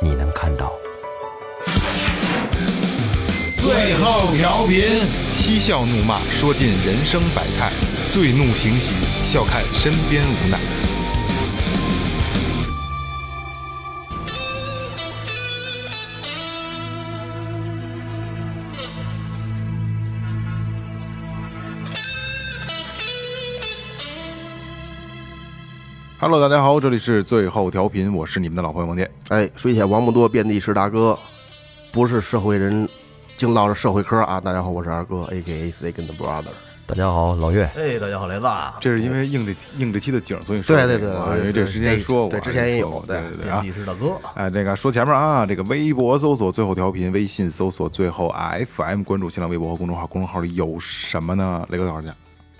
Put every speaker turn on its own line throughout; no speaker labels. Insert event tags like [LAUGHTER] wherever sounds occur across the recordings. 你能看到。
最后调频，
嬉笑怒骂，说尽人生百态；醉怒行喜，笑看身边无奈。Hello，大家好，这里是最后调频，我是你们的老朋友王健。
哎，水浅王不多，遍地是大哥，不是社会人，净唠着社会嗑啊！大家好，我是二哥，A.K.A. Second Brother。
大家好，老
[LAUGHS]
岳，
哎，大家好，雷子啊，
这是因为应这应这期的景儿，所以说
对对
这个
对
啊
对
因为这
对
之前说过，
对之前也有
说过对
对
对啊
遍。地是大哥，
哎，这个说前面啊，这个微博搜索最后调频，微信搜索最后 FM，关注新浪微博和公众号。公众号里有什么呢？雷哥告诉你，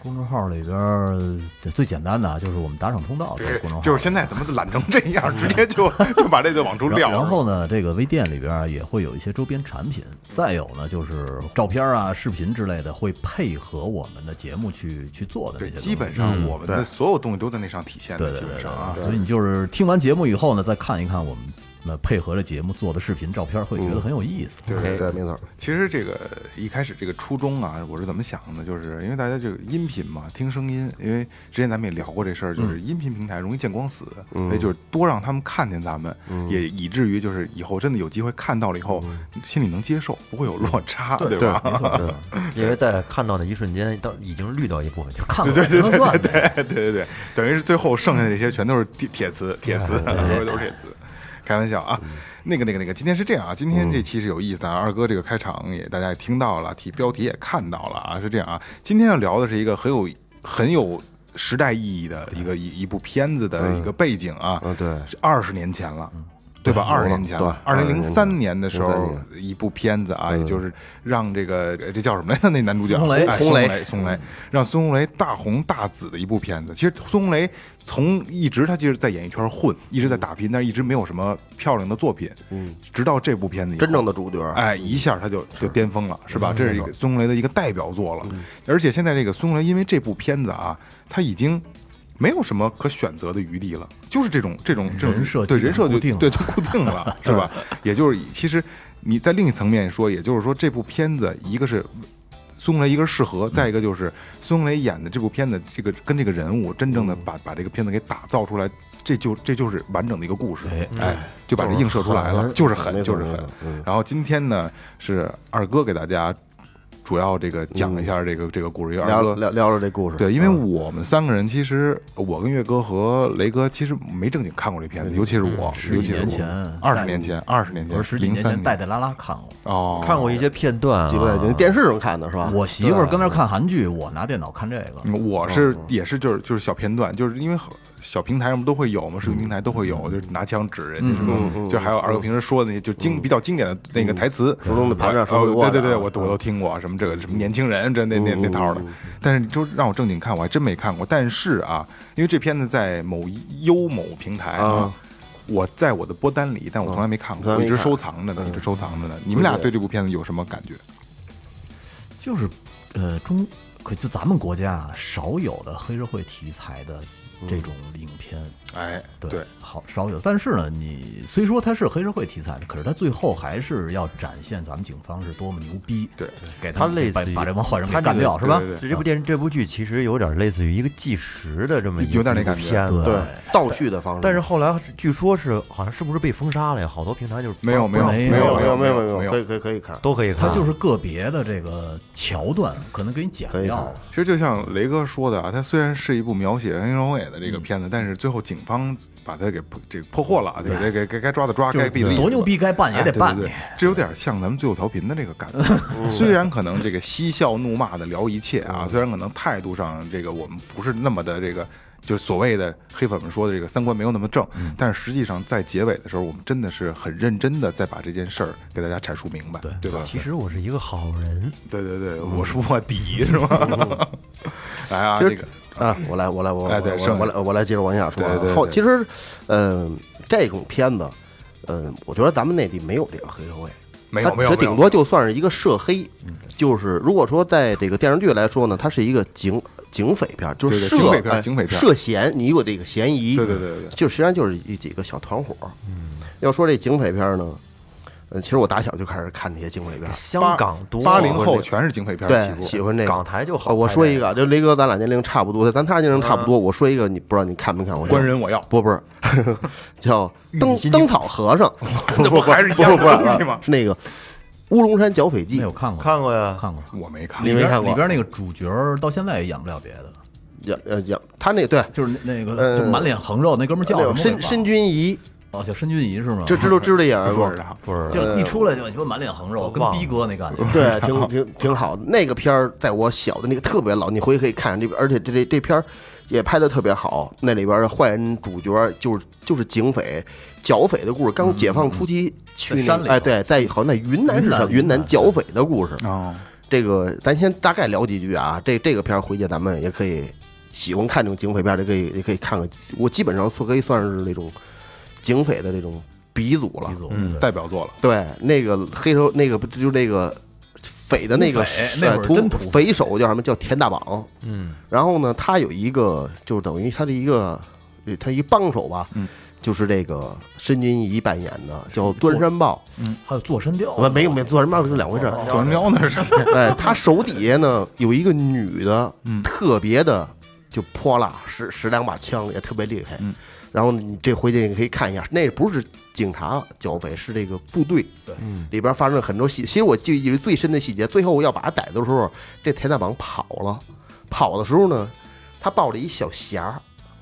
公众号里边儿这最简单的啊就是我们打赏通道，在公众号
就是现在怎么懒成这样，直接 [LAUGHS] 就就把这就往出
然
撂。
然后呢，这个微店里边儿也会有一些周边产品，再有呢就是照片啊、视频之类的，会配合我们的节目去去做的这
对，
些东西。
基本上我们的所有东西都在那上体现
对
的，
对
基本
对
上啊。
对，所以你就是听完节目以后呢，再看一看我们那配合着节目做的视频、照片，会
嗯
觉得很有意思。
对
对，没错，
其实这个一开始这个初衷啊，我是怎么想的？就是因为大家这个音频嘛，听声音，因为之前咱们也聊过这事儿，就是音频平台容易见光死，所以就是多让他们看见咱们，也以至于就是以后真的有机会看到了以后，心里能接受，不会有落差，对吧？
没错，
嗯
对
因为在看到的一瞬间，到已经绿到一部分，就哦看
对对对对对，
[LAUGHS] 对对对，等于是最后剩下的这些全都是铁铁磁，铁磁，说的都是铁磁。开玩笑啊，那个那个那个，今天是这样啊，今天这期是有意思的啊。二哥这个开场也大家也听到了，题标题也看到了啊，是这样啊。今天要聊的是一个很有很有时代意义的一个一一部片子的一个背景啊，
嗯对
是二十年前了。对吧？二十年前了，
对
二零零三
2003
年的时候，一部片子啊，也就是让这个这叫什么来着？那男主角
孙红雷
哎
红雷
孙红雷，让孙红雷大红大紫的一部片子。其实孙红雷从一直他就是在演艺圈混，一
嗯
直在打拼，但是一直没有什么漂亮的作品。嗯，直到这部片子以后，
真正的主角。
哎，
嗯
一下他就就巅峰了，是吧？这是一个孙红雷的一个代表作了。
嗯
而且现在这个孙红雷，因为这部片子啊，他已经。没有什么可选择的余地了，就是这种这种这种
人设
对
基本
人设就
固定了
对就固定
[LAUGHS]
了，是吧？也就是以其实你在另一层面说，也就是说这部片子一个是孙红雷，一个是适合，再一个就是孙红雷演的这部片子，这个跟这个人物真正
嗯
的把把这个片子给打造出来，这就这就是完整的一个故事，哎，就把这映射出来了，就是狠，就是嗯狠。然后今天呢是二哥给大家主要这个讲一
嗯
下这个这个故事，因为二
聊
哥
聊聊聊这故事，嗯
对，因为我们三个人其实，我跟岳哥和雷哥其实没正经看过这片子，尤其是我，
十
尤
几
其是
年前
我，二十年前，二十年
我
前，
是十几年前
03
带带拉拉看过。
哦，
看过一些片段
几个
啊，
你电视上看的是吧？
我媳妇儿跟那儿看韩剧，我拿电脑看这个。
嗯我是也是就是就是小片段，就是因为好小平台上不都会有嘛，视频平台都会有，就是拿枪指人家什么，就还有二哥平时说的那些就经比较经典的那个台词，
手中的盘上
哦
手里握
对对
着
对，
啊
我我都听过什么这个什么年轻人这那那那套的，但是就让我正经看，我还真没看过。但是啊，因为这片子在某优某平台
啊。
我在我的播单里，但我从来没看过，
从来
我
没
一直
看
收藏着呢，一直收藏着呢。你们俩对这部片子有什么感觉？
就是，呃，中可就咱们国家啊少有的黑社会题材的这种影片，
哎，
对，好少有。但是呢，你虽说它是黑社会题材的，可是它最后还是要展现咱们警方是多么牛逼，
对，
给
它
们
类
把
似于
把这帮坏人给
它这
干
个
掉，是吧？
对对
这部电视这部剧其实有点类似于一个计时的这么一个
有点那感觉
片子，
对倒叙的方式，
但是后来据说是好像是不是被封杀了呀？好多平台就是
没有没有
不是
没有
没有没
没
有
有
没有，可以可以可以看，
都可以
嗯
它
看，
就是个别的这个桥段，可能给你剪
可以
掉
看
了。
其实就像雷哥说的啊，它虽然是一部描写黑社会的这个片子，但是最后警方把它给破这个破获了，啊，对对？给该该抓的抓，
就
该
是
毙的毙
多牛逼，该办也
哎
得
对
办
对
你
对。这有点像咱们最后调频的这个
[LAUGHS]
感觉。虽然可能这个嬉笑怒骂的聊一切啊，虽然可能态度上这个我们不是那么的这个就是所谓的黑粉们说的这个三观没有那么正，
嗯
但是实际上在结尾的时候，我们真的是很认真的在把这件事儿给大家阐述明白，
[LAUGHS]
对吧？
其实我是一个好人，
对对对，我说我底是吗？来啊，
其
这
实
个
啊，我来，我来，我我
哎对
我
剩
我来，我来接着往下说啊。
对对对
后其实，嗯，这种片子，嗯，我觉得咱们内地没有这个黑社会，
没
它
有没有，
这
没有
顶多就算是一个涉黑，就是如果说在这个电视剧来说呢，它是一个警警匪片儿，就是
对对
涉
警匪片儿
哎
警匪片儿
涉嫌你有这个嫌疑，
对对对对嗯对
就实际上就是一几个小团伙儿。要说这警匪片儿呢，呃，其实我打小就开始看这些警匪片儿，
香港多
八零后
这
全是警匪片儿起
对，
步，
喜欢这个
港台就好
哦我
拍
说
这
一个，这雷哥，咱俩年龄差不多，咱他年龄差不
嗯
多。我说一个，你不知道你看没看过？
官人我要，
不不是，叫灯灯草和尚，不
这不还是一
不
样
不
的
不是
东西吗
是那个乌龙山剿匪记
没有，看过，
看过呀，
看过。
我没看
你
里
没
边
看过
里边那个主角儿到现在也演不了别的，
演呃演他那对
就是那个
呃
就满脸横肉那哥们儿叫
那
什
个
么？
申申军仪，
哦，叫申军仪是吗？
这这都知道演
不
过
知。道，
不是
就
呃
一出来就你说满脸横肉，跟
忘了
逼哥那感觉。
对，挺挺挺好的。那个片儿在我小的那个特别老，你回去可以看这个，而且这这这片儿也拍的特别好。那里边的坏人主角就是就是警匪、剿匪的故事，刚解放初期去
在
那
山
个
里
哎，对，在好像在云南是
云
什
南
么云南剿匪的故事。
哦，
这个咱先大概聊几句啊。这这个片儿回去咱们也可以喜欢看这种警匪片儿，也可以也可以看看。我基本上算可以算是那种警匪的这种鼻祖了
李。总，
嗯
对
代表作了，
对，那个黑手那个不就是那个匪的那个
土匪
是
那会
呃
儿
土
真土匪
匪首叫什么叫田大榜，
嗯，
然后呢，他有一个就等于他的一个呃他一帮手吧，
嗯
就是这个申军仪扮演的叫端山豹，
还有坐山雕
我，没有没有，端山豹是两回事儿。
左人雕那是
[LAUGHS] 哎，他手底下呢有一个女的，
嗯
特别的就泼辣，十十两把枪也特别厉害。
嗯
然后你这回去你可以看一下，那不是警察剿匪，是这个部队。
对
嗯
里边发生了很多细，其实我记忆最深的细节，最后要把他逮的时候，这田大榜跑了，跑的时候呢，他抱着一小匣儿。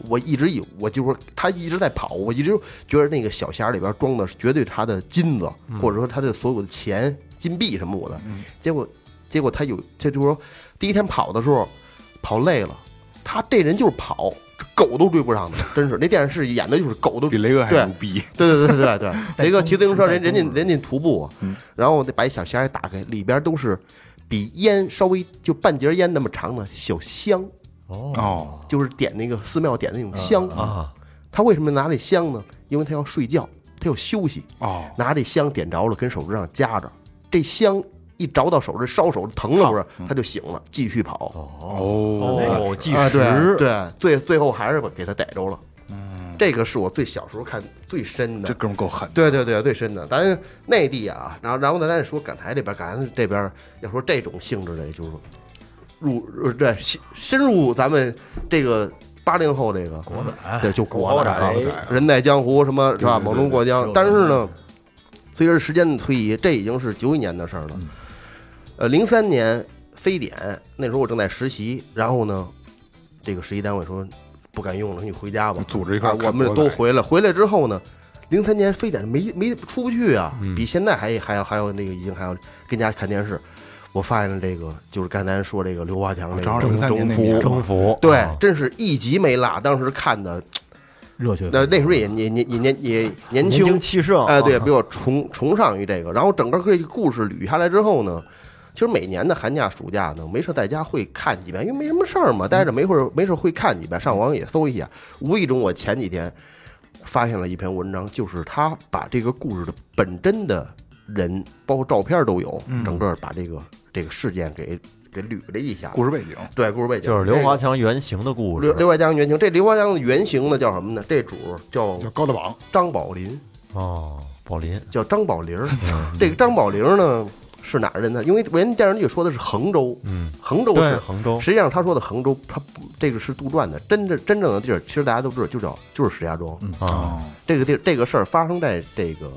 我一直以我就是说他一直在跑，我一直觉得那个小匣儿里边装的是绝对他的金子，
嗯
或者说他的所有的钱、金币什么我的。结果结果他有，这就是说第一天跑的时候跑累了，他这人就是跑，狗都追不上的，真是那电视演的就是狗都
比雷哥还
对
牛逼，
对对对对对对，雷哥骑自行车，人人家
带风
人家徒步，然后我得把一小匣儿一打开，里边都是比烟稍微就半截烟那么长的小香，
哦，
就是点那个寺庙点的那种香。
啊，
他为什么拿这香呢？因为他要睡觉，他要休息，
哦，
拿这香点着了，跟手指上夹着，这香一着到手，这烧手疼了不是，他就醒了，继续跑。
哦，
哦，计
啊，对
时，
对，最最后还是把给他逮着了。嗯，这个是我最小时候看最深的。
这哥们够狠的，
对对对，最深的，咱内地啊，然后然后呢，咱再说港台这边，港台这边要说这种性质的，也就是入呃对深深入咱们这个八零后这个国仔，对，就国仔了
国仔，
人在江湖什么是吧？
对对对
猛龙过江
对，
但是呢，随着时间的推移，这已经是九几年的事儿了。
嗯
呃，零三年非典那时候我正在实习，然后呢，这个实习单位说不敢用了，你回家吧，
组织一块儿
啊
看
我们
国
都
仔
回来，回来之后呢，零三年非典没没出不去啊，比现在还还要还要那个已经还要跟家看电视。我发现了这个就是刚才说这个刘华强这
哦正好03
个征
年那
服
年
征服，
对
啊，
真是一集没落。当时看的，
热血
那那时候也也也也也也年
年
轻
轻气盛，
哎，对，
啊
比较崇崇尚于这个。然后整个这个故事捋下来之后呢，其实每年的寒假、暑假呢，没事在家会看几遍，因为没什么事儿嘛，待着没会儿没事会看几遍，上网也搜一下。无意中，我前几天发现了一篇文章，就是他把这个故事的本真的人，包括照片都有，整个把这个这个事件给给捋了一下。
故事背景，
对故事背景
就是刘华
这
强原型的故
个
事，
刘刘华强原型，这刘华强的原型呢叫什么呢？这主儿叫
叫高大榜，
张宝林。
哦，宝林，
叫张宝林儿。
嗯
这个张宝林儿呢是哪儿人呢？因为人家电视剧说的是衡州，
嗯，
衡州
对，
市。
杭州，
实际上他说的衡州，他不这个是杜撰的，真正真正的地儿，其实大家都知道，就叫就是石家庄。
啊，
这个地儿这个事儿发生在这个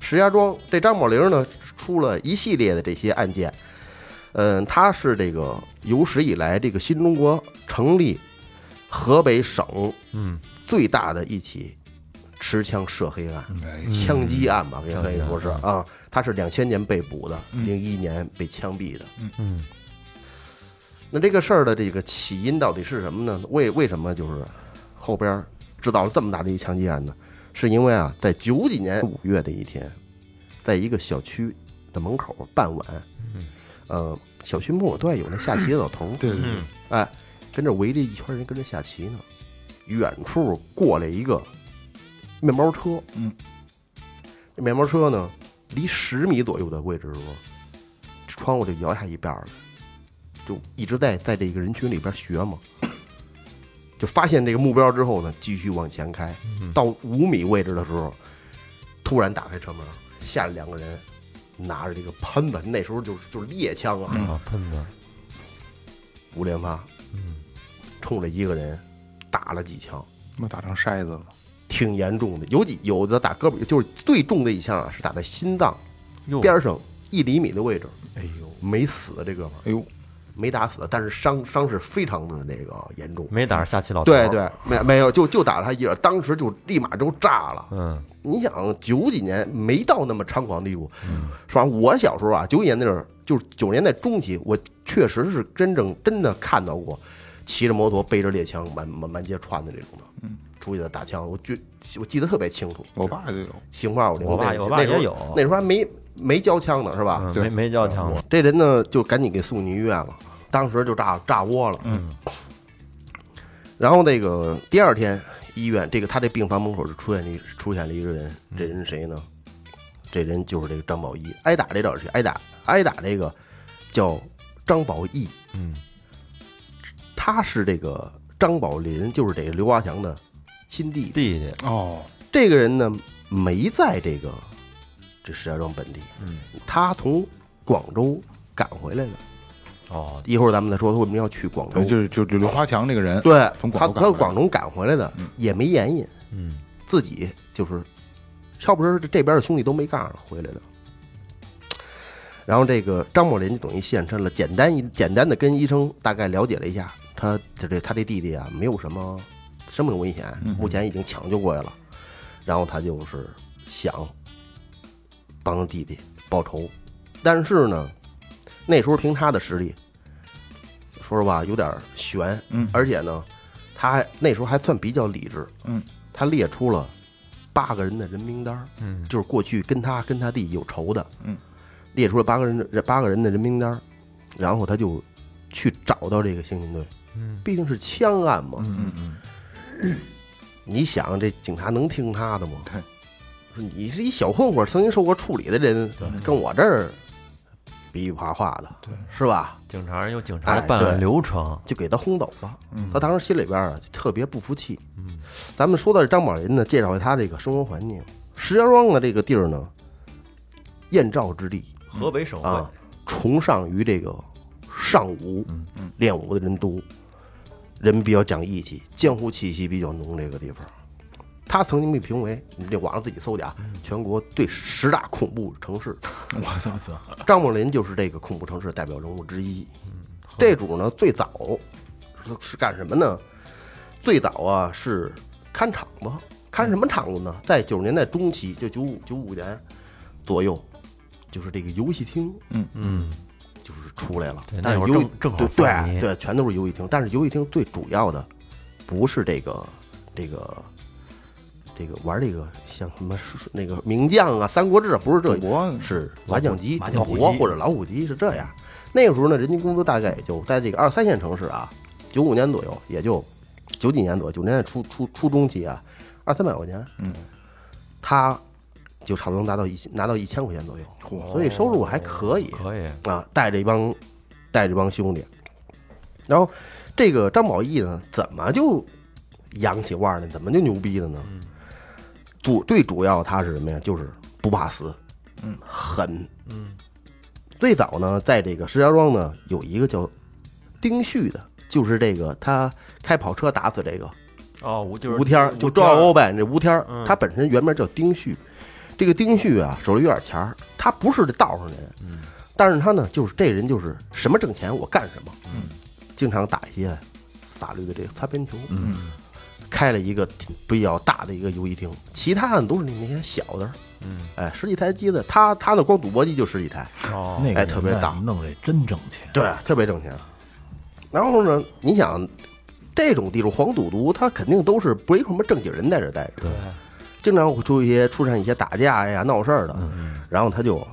石家庄。这张宝林呢，出了一系列的这些案件。嗯，他是这个有史以来这个新中国成立河北省
嗯，
最大的一起持枪涉黑案。
哎
枪击案吧，也可以说是
枪
啊，他是两千年被捕的，零一年被枪毙的。
嗯，
那这个事儿的这个起因到底是什么呢？为为什么就是后边知道了这么大的一强奸案呢？是因为啊，在九几年五月的一天，在一个小区的门口傍晚，呃，小区门口都爱有那下棋的老头儿，
对对对，
哎，跟这围着一圈人跟着下棋呢。远处过来一个面包车，
嗯，
这面包车呢，离十米左右的位置的时候，窗户就摇下一半儿了，就一直在在这个人群里边学嘛。就发现这个目标之后呢，继续往前开，到五米位置的时候，突然打开车门，下来两个人，拿着这个喷子，那时候就是就是猎枪啊，
啊，喷子，
五连发，
嗯
冲着一个人打了几枪，
他妈打成筛子了，
挺严重的。有几有的打胳膊，就是最重的一枪啊，是打在心脏
哟
边上一厘米的位置，
哎呦，
没死这哥们儿
哎呦，
没打死，但是伤伤势非常的那个严重。
没打着下棋老头，
对，对，没没有，就就打了他一人，当时就立马就炸了。
嗯，
你想九几年没到那么猖狂的地步，
嗯
是吧？我小时候啊，九几年那阵儿，就是九十年代中期，我确实是真正真的看到过骑着摩托背着猎枪满满满街窜的这种的，嗯，出去的打枪，我就我记得特别清楚。
我爸就有，
型号我零，
我爸
那
我爸
那时候
也有
那时候还没没交枪呢，是吧？
嗯
对
没没叫枪呢，
这人呢就赶紧给送进医院了，当时就炸炸窝了。嗯。然后那个第二天，医院这个他这病房门口就出现了一出现了一个人，这人是谁呢？这人就是这个张宝义，挨打这倒是谁挨打挨打这个叫张宝义，
嗯，
他是这个张宝林，就是这个刘华强的亲弟弟。
弟弟，
哦，
这个人呢没在这个这石家庄本地，
嗯，
他从广州赶回来的。
哦，
一会儿咱们再说他为什么要去广州，
哎就是就是刘华强这个人，
对，
从
他
广州赶回来
他广东赶回来的，也没言语，
嗯，
自己就是，要不是这边的兄弟都没干了回来的。然后这个张宝林就等于现身了，简单一简单的跟医生大概了解了一下，他他这他这弟弟啊没有什么生命危险，目前已经抢救过来了。然后他就是想帮他弟弟报仇，但是呢，那时候凭他的实力，说实话有点悬，
嗯
而且呢，他还那时候还算比较理智，
嗯，
他列出了八个人的人名单，嗯，就是过去跟他跟他弟有仇的，
嗯，
列出了八个人的八个人的人名单，然后他就去找到这个刑警队，嗯，毕竟是枪案嘛，嗯嗯，你想这警察能听他的吗？
对
说你是一小混混，曾经受过处理的人，跟我这儿比比划划的，对，是吧？
警察有警察
哎
的办
对
案流程，
就给他轰走了。他当时心里边啊就特别不服气。咱们说到这张宝林呢，介绍一下他这个生活环境。石家庄的这个地儿呢，燕赵之地
河北省
啊
会，，
崇尚于这个尚武，练武的人多，人比较讲义气，江湖气息比较浓。这个地方，他曾经被评为你这网上自己搜去啊，全国最十大恐怖城市。
我操，
张伯林就是这个恐怖城市的代表人物之一。
嗯
这主呢，最早是是干什么呢？最早啊是看场子，看什么场子呢？在九十年代中期，就九五九五年左右，就是这个游戏厅，
嗯，
就是出来了
对。
但是
那会儿
游戏
正正好
对
放
对
映
对，全都是游戏厅。但是游戏厅最主要的不是这个这个这个玩这个像什么那个名将啊、三国志啊，不是这
赌博
是麻将机、
麻将
老
机
虎啊或者老虎机是这样。那个时候呢，人均工资大概也就在这个二三线城市啊，九五年左右，也就九几年左右，九十年代初初初中期啊，二三百块钱，嗯，他就差不多能拿到一拿到一千块钱左右，所以收入还可以，
可以，
啊，带着一帮带着一帮兄弟，然后这个张宝义呢，怎么就扬起腕儿呢？怎么就牛逼了呢？主最主要他是什么呀？就是不怕死，嗯，狠，嗯。最早呢，在这个石家庄呢，有一个叫丁旭的，就是这个他开跑车打死这个
哦，吴就是啊
吴天儿，就赵欧呗，这吴天儿，
嗯
他本身原名叫丁旭，这个丁旭啊，手里有点钱儿，他不是这道上人，
嗯
但是他呢，就是这人就是什么挣钱我干什么，
嗯
经常打一些法律的这个擦边球，
嗯
开了一个挺比较大的一个游戏厅，其他的都是那些小的，
嗯，
哎，十几台机子，他他那光赌博机就十几台，
哦，
那个
哎特别
年代
大
弄这真挣钱，
对，特别挣钱。然后呢，你想，这种地主黄赌毒，他肯定都是不是什么正经人在这待着，对，经常会出一些出现一些打架呀、闹事儿的，然后他就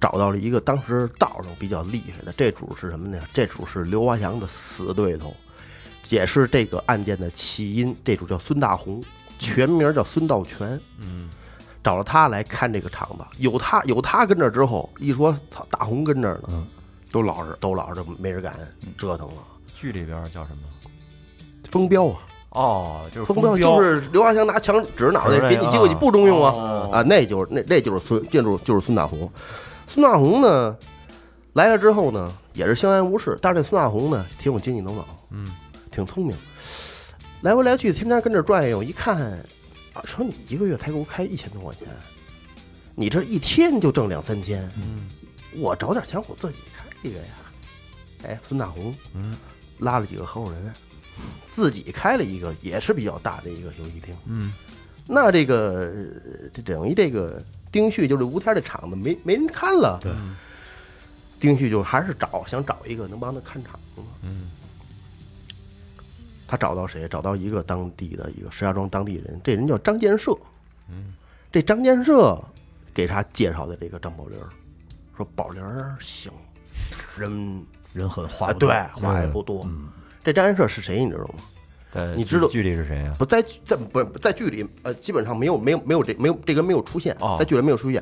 找到了一个当时道上比较厉害的，这主是什么呢？这主是刘华强的死对头，也是这个案件的起因，这主叫孙大红，全名叫孙道全，找了他来看这个场子，有他有他跟这儿之后，一说操大红跟这儿呢，
都老实。
都老实就没人敢折腾了。
剧里边叫什么？
风标啊，
哦，就是
风
标，
就是刘华强拿枪指着脑
指着
袋给你
那个
机会，你不中用啊
哦
啊，那就是那那就是孙，建筑就是孙大红。孙大红呢来了之后呢，也是相安无事，但是这孙大红呢挺有经济头脑，嗯，挺聪明，来回来去天天跟这儿转悠，一看啊，说你一个月才给我开一千多块钱，你这一天就挣两三千，嗯，我找点钱我自己开一个呀。哎，孙大红，嗯，拉了几个合伙人，自己开了一个也是比较大的一个游戏厅。
嗯，
那这个呃这等于这个丁旭就是吴天这场子没没人看了。对，丁旭就还是找想找一个能帮他看场子嘛。嗯，他找到石家庄谁？找到一个当地的一个石家庄当地人，这人叫张建设。嗯，这张建设给他介绍的这个张宝林儿，说宝林儿行，人
人狠话
啊
不
对
多
话也不嗯多。这张建设是谁你知道吗？
在
你
剧
知道
剧里是谁呀？
不在在不在剧里，呃，基本上没有没有没有这没有这个没有出现
哦，
在剧里没有出现，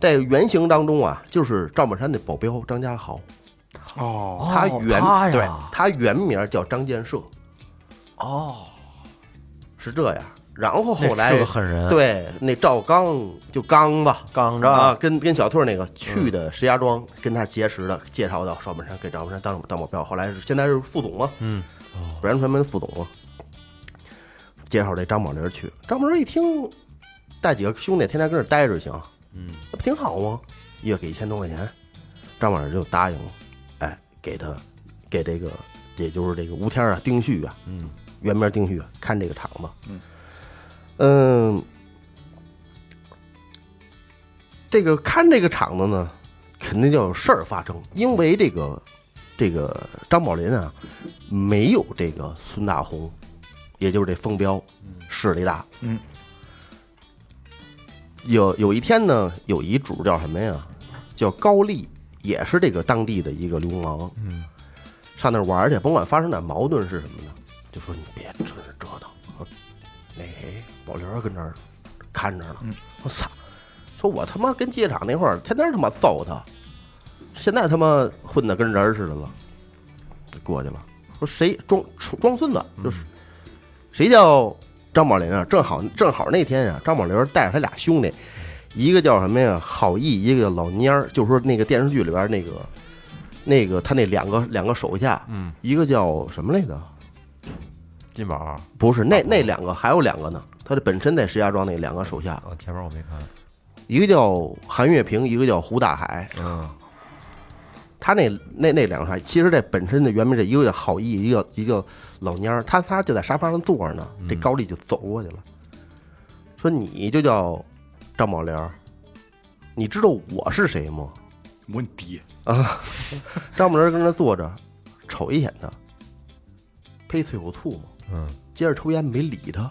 在原型当中啊，就是赵本山的保镖张家豪，
哦，
他原
他呀
对他原名叫张建设，
哦，
是这样。然后
那
后来
是个狠人，，啊
对那赵刚就刚吧，
刚着
啊，嗯跟跟小兔儿那个去的石家庄，跟他结识的，介绍到赵本山，给赵本山当当保镖，后来是现在是副总嘛，
嗯，
北山传媒副总嘛，介绍这张宝林去，张宝林一听，带几个兄弟天天跟这儿待着行，嗯，那不挺好吗？一月给一千多块钱，张宝林就答应了，哎，给他，给这个，也就是这个吴天儿啊，丁旭啊，嗯，原名丁旭啊，看这个场子，嗯，嗯。这个看这个场子呢，肯定就有事儿发生，因为这个这个张宝林啊，没有这个孙大红，也就是这风彪势力大。
嗯，
有有一天呢，有一主叫什么呀？叫高丽，也是这个当地的一个流氓。嗯，上那儿玩儿去，甭管发生点矛盾是什么呢，就说你别跟这折腾。那谁，宝林儿跟这儿看着呢。我操！说我他妈跟机械厂那会儿天天他妈揍他，现在他妈混的跟人儿似的了，就过去了。说谁装装孙子，就是谁叫张宝林啊？正好正好那天啊，张宝林带着他俩兄弟，一个叫什么呀？郝毅，一个叫老蔫儿，就是说那个电视剧里边那个那个他那两个两个手下，
嗯，
一个叫什么来着？
金宝，
不是那那两个还有两个呢，他这本身在石家庄那两个手下，
哦，前面我没看，
一个叫韩月平，一个叫胡大海。
嗯，
他那那那两台，其实这本身的原名这一个叫郝毅，一个一个老蔫儿，他仨就在沙发上坐着呢。这高丽就走过去了，说：“你就叫张宝莲儿，你知道我是谁吗
我你爹，？”
张宝莲儿跟那坐着，瞅一眼他，呸，啐口吐沫，
嗯，
接着抽烟，没理他。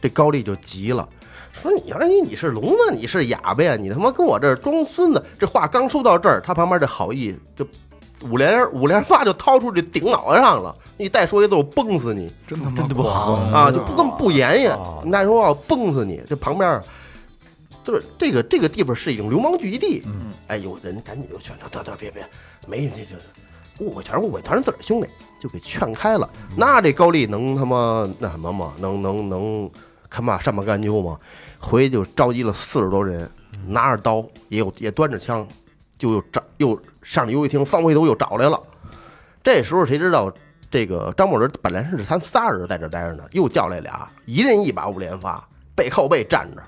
这高丽就急了。说你原来你是聋子，你是哑巴呀？你他妈跟我这儿装孙子！这话刚说到这儿，他旁边这好意就五连五连发就掏出去顶脑袋上了。你再说一字，我崩死你！
真他妈真他妈
嗯
狠
啊，就不根本不严呀！你再说我要崩死你！这旁边儿就是这个这个地方是一种流氓聚集地，嗯，哎，有人赶紧就劝他，得得别别，没人家就误会全是误会，全是自个儿兄弟，就给劝开了。那这高丽能他妈那什么吗？能能能，看嘛善罢甘休吗？回去就召集了四十多人，拿着刀，也有也端着枪，就又找又上了游戏厅，方回头又找来了。这时候谁知道这个张默仁本来是他们仨人在这待着呢，又叫来俩，一人一把五连发，背靠背站着，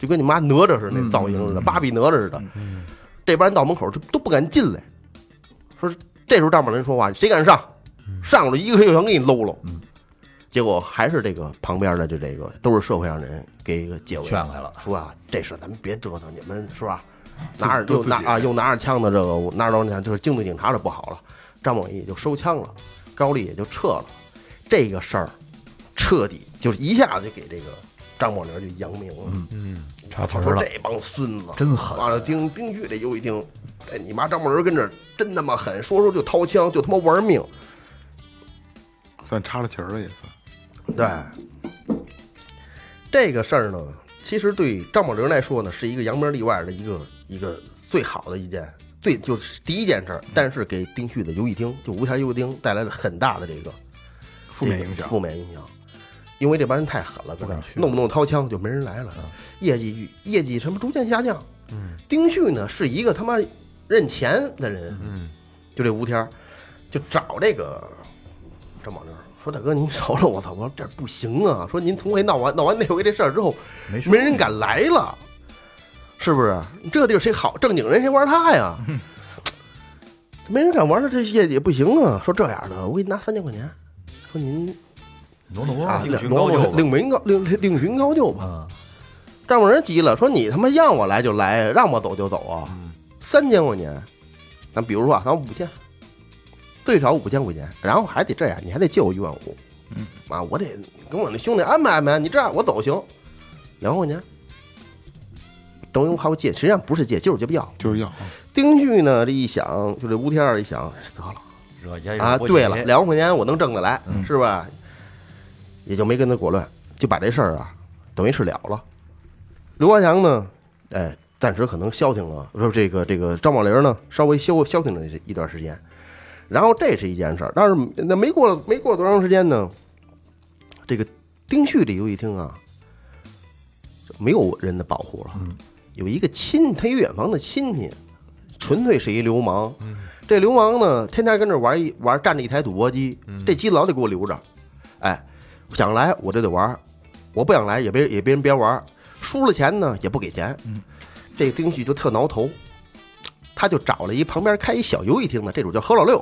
就跟你妈哪吒似的那造型似的，八比哪吒似的。这帮人到门口就都不敢进来，说是这时候张默仁说话，谁敢上？上了一个就想给你搂搂。结果还是这个旁边的就这个都是社会上的人给一个解围
劝开了
说啊，这事咱们别折腾，你们是吧？
自己
拿着
都
又
自
拿
己
啊又拿着枪的这个我拿着刀那就是京队警察这不好了，张宝义就收枪了，高丽也就撤了。这个事儿彻底就是一下就给这个张宝良就扬名了。
嗯
嗯
插嗯词
他
儿
说
了，啊
这帮孙子
真狠
完了，丁丁玉这又一听，哎，你妈张宝仁跟这儿真他妈狠，说说就掏枪，就他妈玩命。
算插了旗儿了也算。
对，这个事儿呢，其实对张宝仁来说呢，是一个扬名立万的一个一个最好的一件，最就是第一件事儿。但是给丁旭的游戏厅，就无条游戏厅带来了很大的这个
负面影
这个
响，
负面影响，因为这帮人太狠了，不
敢去
弄不弄掏枪就没人来了，业绩业绩什么逐渐下降。嗯，丁旭呢是一个他妈认钱的人，嗯，就这吴天儿就找这个张宝良说：“大哥，您 [LAUGHS] 饶了我操，我这不行啊！说您从回闹完闹完那回这事儿之后，
没事
没人敢来了，是不是？这地儿谁好正经人谁玩他呀？没人敢玩了，这业绩也不行啊。说这样的，我给你拿三千块钱，说您
挪挪
啊，
哦另寻高就吧
另寻高另另寻高就吧。
啊，
丈母人急了，说你他妈让我来就来，让我走就走啊！三千块钱，咱比如说啊，咱五千，最少五千块钱，然后还得这样，你还得借我一万五，啊，我得跟我那兄弟安排安排，你这样我走行，两万块钱，等于我还要借，实际上不是借，就是借不要。
就是要啊
丁旭呢，这一想，就这吴天二一想，得了。
惹烟
啊，
人不
对
起
了，两万块钱我能挣得来，是吧？也就没跟他裹乱，就把这事儿啊，等于是了了。刘华强呢，哎，暂时可能消停了，不是这个这个张宝林呢，稍微消消停了一段时间。然后这是一件事儿，但是那没过了没过多长时间呢，这个丁旭这游戏厅啊，没有人的保护了，有一个亲，他有远房的亲戚，纯粹是一流氓。这流氓呢，天天跟这玩一玩，占着一台赌博机，这机老得给我留着。哎，想来我就得玩，我不想来也别也别人别玩，输了钱呢也不给钱。
嗯
这个丁旭就特挠头，他就找了一旁边开一小游戏厅的，这主叫何老六。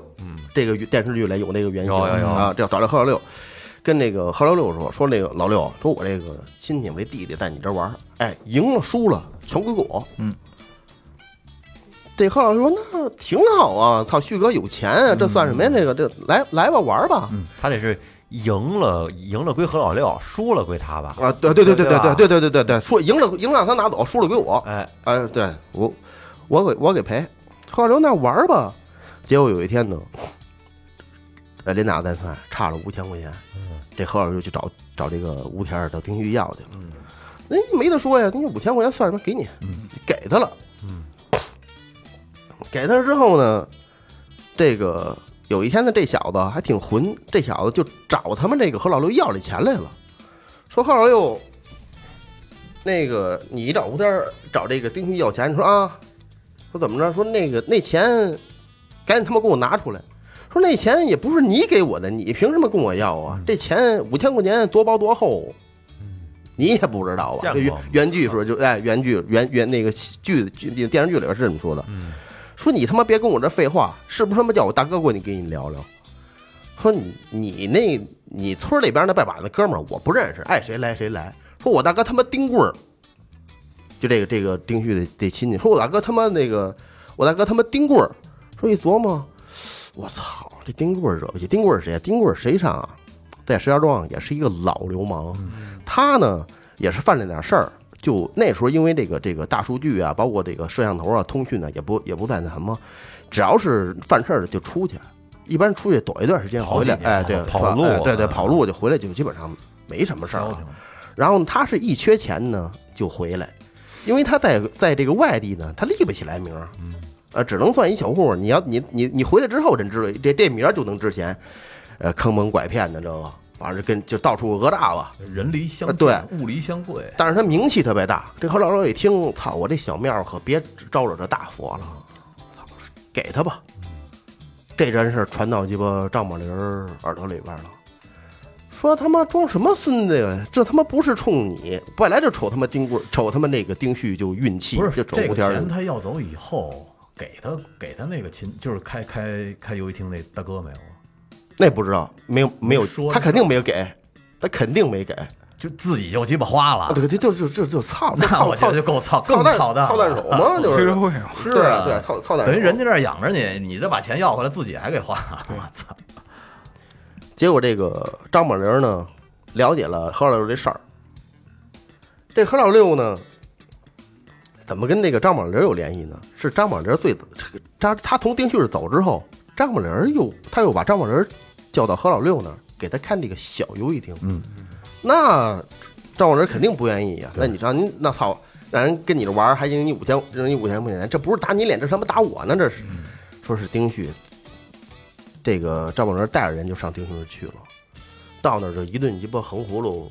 这个电视剧里有那个原型
嗯有有有
啊，这找了何老六。跟那个何老六说说那个老六说，我这个亲戚我这弟弟在你这玩，哎，赢了输了全归我。
嗯
这何老师说：“那挺好啊，操，旭哥有钱啊，这算什么
嗯
呀？这个这来来吧，玩吧。
他得是赢了，赢了归何老六，输了归他吧？
啊，对对对对对
对吧
对对对对对对，说赢了赢了让他拿走，输了归我。
哎，
哎，对我我给我给赔。何老刘那玩儿吧，结果有一天呢，呃，连打带算差了五千块钱，这何老刘就找找这个吴天儿找丁旭要去了。人家没得说呀，丁旭五千块钱算什么？给你，给他了。给他了之后呢，这个有一天呢，这小子还挺混，这小子就找他们这个何老六要这钱来了，说何老六。那个你找吴天儿找这个丁旭要钱，你说啊，说怎么着？说那个那钱，赶紧他妈给我拿出来！说那钱也不是你给我的，你凭什么跟我要
嗯
啊？这钱五千块钱多薄多厚，你也不知道啊。
见
这
过
原
吗
原剧说就哎，原剧原原那个戏剧剧电视剧里边是这么说的，
嗯
说你他妈别跟我这废话，是不是他妈叫我大哥过去跟你聊聊？说你你那你村里边那拜把子哥们儿我不认识，爱谁来谁来。说我大哥他妈丁棍儿，就这个这个丁旭的这亲戚，说我大哥他妈那个我大哥他妈丁棍儿。说一琢磨，我操，这丁棍儿惹不起。丁棍儿谁啊？丁棍儿谁上啊？在石家庄也是一个老流氓，
嗯
他呢也是犯了点事儿。就那时候，因为这个这个大数据啊，包括这个摄像头啊、通讯呢、也不也不再那什么，只要是犯事儿的就出去，一般出去躲一段时间
跑
回来
几，年
哎，对，
跑
哎
路
对对，
嗯
跑路就回来就基本上没什么事儿
消停
了。
了，
然后他是一缺钱呢就回来，因为他在在这个外地呢，他立不起来名儿，呃，只能算一小户儿。你要你你你回来之后，人知道这这名儿就能值钱，呃，坑蒙拐骗的这个，反正跟就到处讹诈吧。
人离相近
啊对
物离相贵，
但是他名气特别大，这何老六一听，操，我这小庙可别招惹这大佛了，操，给他吧。这件事儿传到鸡巴张宝林儿耳朵里边了，说他妈装什么孙子呀？这他妈不是冲你，本来就瞅他妈丁棍儿，瞅他妈那个丁旭就运气，
不是
就瞅
这
不
个
天儿
钱他要走以后，给他给他那个亲，就是开开开游戏厅那大哥没有啊？
那不知道，没有没有
没说，呢
他肯定没有给，他肯定没给。
就自己就鸡巴花
啊，
了，
对，就就就就就操，
那我觉得就够操，更
蛋
操蛋
操蛋
了啊
手嘛，就
黑
是
社会嘛，
是
对
啊，
对操操蛋手
[LAUGHS] 等于人家这儿养着你，你再把钱要回来，自己还给花了，我操！
结果这个张宝林呢，了解了何老六这事儿。这何老六呢，怎么跟这个张宝林有联系呢？是张宝林最这个张他从丁旭市走之后，张宝林又他又把张宝林叫到何老六那儿，给他看这个小游戏厅。
嗯，
那张宝林肯定不愿意呀、那你让您那操，让人跟你这玩儿还赢你五千，扔你五千块钱，这不是打你脸，这他妈打我呢！这是，说是丁旭这个赵宝仁带着人就上丁香去了，到那儿就一顿鸡巴横葫芦、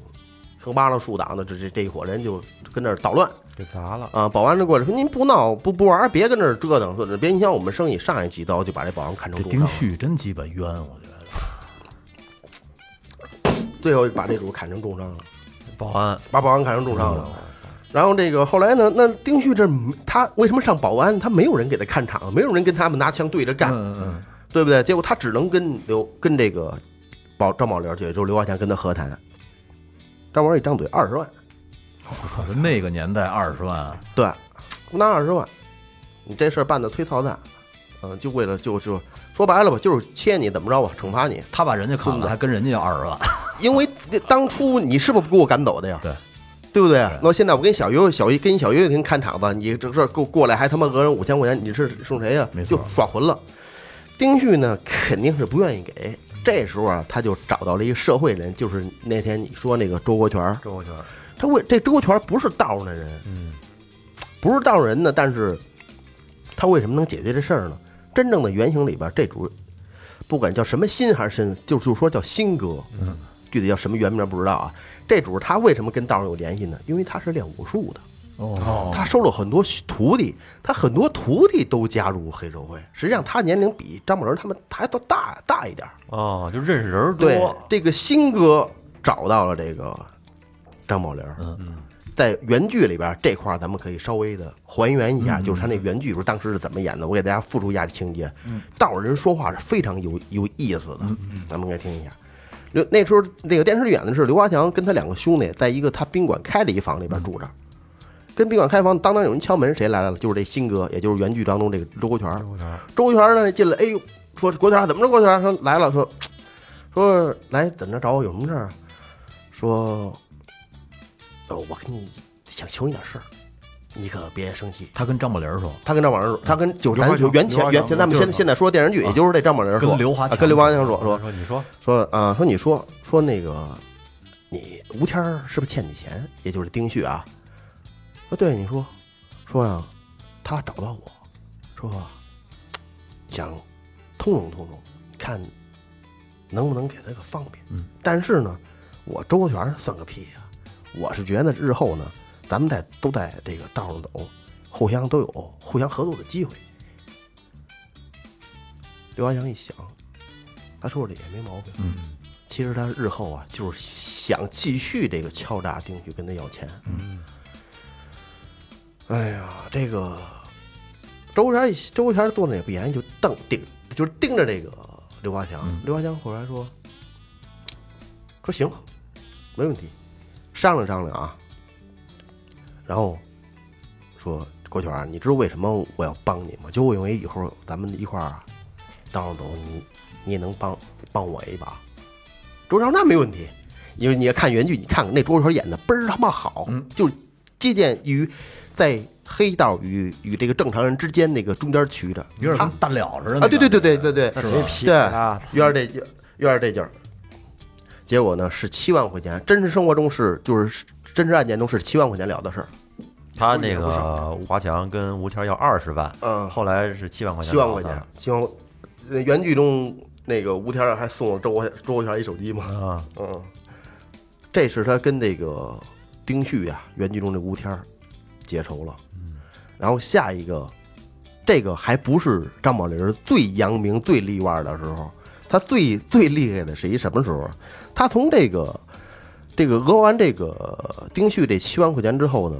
横扒拉竖挡的，这这这一伙人就跟那儿捣乱
给砸了。
啊！保安就过来说：“您不闹不不玩儿，别跟这儿折腾，说别影响我们生意。”上一几刀就把这保安砍成
这
重
丁
伤，
旭真鸡巴冤，我觉得。
最后把这主砍成重伤了，
保安
把保安砍成重伤了。然后这个后来呢，那丁旭这没他为什么上保安？他没有人给他看场，没有人跟他们拿枪对着干，
嗯嗯
对不对？结果他只能跟刘跟这个保张宝林，也就是刘华强跟他和谈。张宝林一张嘴二十万，
嗯，我操，那个年代二十万，
对，拿二十万，你这事儿办的忒操蛋，嗯、就为了就就说白了吧，就是切你怎么着吧，惩罚你，
他把人家砍
孙
了，
子
还跟人家要二十万， [LAUGHS]
因为当初你是不是不给我赶走的呀？
对。
对不对
对？
那现在我跟小优、小一跟你小优婷看场子，你这事儿给我过来还他妈讹人五千块钱，你是送谁呀
没？错
就耍混了。丁旭呢，肯定是不愿意给。这时候啊，他就找到了一个社会人，就是那天你说那个周国权儿，
周全，
他为这周全不是道上的人，
嗯，
不是道上人呢，但是他为什么能解决这事儿呢？真正的原型里边，这主不管叫什么心还是身，就就说叫新哥，嗯，具体叫什么原名不知道啊。这主他为什么跟道上有联系呢？因为他是练武术的，啊
哦，
他收了很多徒弟，他很多徒弟都加入黑社会。实际上，他年龄比张宝仁他们还都大大一点儿。
哦，就认识人儿
对
多，，
这个新哥找到了这个张宝林，嗯嗯，在原剧里边这块儿咱们可以稍微的还原一下，就是他那原剧时候当时是怎么演的，我给大家复述一下这情节。道上人说话是非常有有意思的，咱们可以听一下。刘那时候那个电视剧演的是刘华强跟他两个兄弟在一个他宾馆开了一房里边住着。跟宾馆开房，当当有人敲门，谁来了？就是这新哥，也就是原剧当中这个周国权儿。周国权儿呢进来，哎呦，说国权儿怎么着？国权儿说来了，说说来怎么着找我有什么事儿啊？说，哦，我跟你想求你点事儿，你可别生气。
他跟张宝林说，
他跟张宝仁说，他跟就是
刘华
咱就
强
原
刘
前
华
原
强
前咱们
就是啊
现在现在说电视剧，也就是这张宝仁说，
跟刘华
啊
强
跟刘华强说说
说你说
说啊，说你说说那个你吴天儿是不是欠你钱？也就是丁旭啊，说对你说说呀、他找到我说想通融通融，看能不能给他个方便。
嗯，
但是呢，我周国权儿算个屁呀、我是觉得日后呢，咱们在都在这个道上走，互相都有互相合作的机会。刘华强一想，他说这也没毛病。嗯，其实他日后啊，就是想继续这个敲诈丁旭，跟他要钱。嗯，哎呀，这个周元周国权坐那也不言，就瞪盯，就是盯着这个刘华强。刘华强后来说：“说行，没问题，商量商量啊。”然后说国权儿，你知道为什么我要帮你吗？就因为以后咱们一块儿啊道上走，你你也能帮帮我一把。周超那没问题，因为你要看原剧，你看看那周超演的倍儿他妈好，
嗯
就是借鉴于在黑道与与这个正常人之间那个中间取的，
有点跟大了似的
啊，对对对对对对，
谁皮
对
啊？
有点这劲儿有点这劲儿。结果呢是七万块钱，真实生活中是就是真实案件中是七万块钱了的事儿，
他那个华强跟吴天要二十万，
嗯
后来是七万块钱，啊
七万块钱，七万。呃原剧中那个吴天儿还送了周国周国权一手机嘛，
啊，
嗯，这是他跟这个丁旭呀、原剧中这吴天儿结仇了。
嗯
然后下一个，这个还不是张宝林儿最扬名、最利腕儿的时候，他最最厉害的是一什么时候？啊他从这个这个讹完这个丁旭这七万块钱之后呢，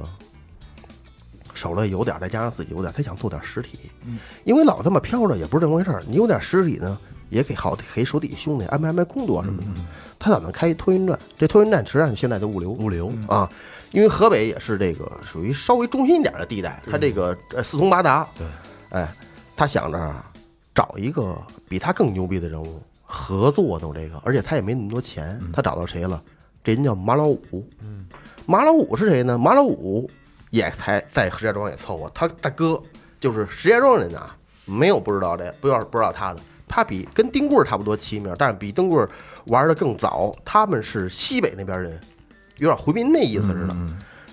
手里有点儿，再加上自己有点儿，他想做点儿实体，因为老这么飘着也不是那么回事儿。你有点实体呢，也给好给手底下兄弟安排安排工作什
嗯
么的。他打算开一托运站，这托运站实际上现在的物流
物流，
啊，因为河北也是这个属于稍微中心一点的地带，
嗯
它这个呃四通八达。对，哎，他想着啊找一个比他更牛逼的人物，合作弄这个，而且他也没那么多钱，
嗯
他找到谁了？这人叫马老五。嗯，马老五是谁呢？马老五也才在石家庄也凑合，他大哥就是石家庄人啊，没有不知道这，不要不知道他的。他比跟丁棍儿差不多齐名，但是比丁棍儿玩的更早。他们是西北那边人，有点回民那意思似的。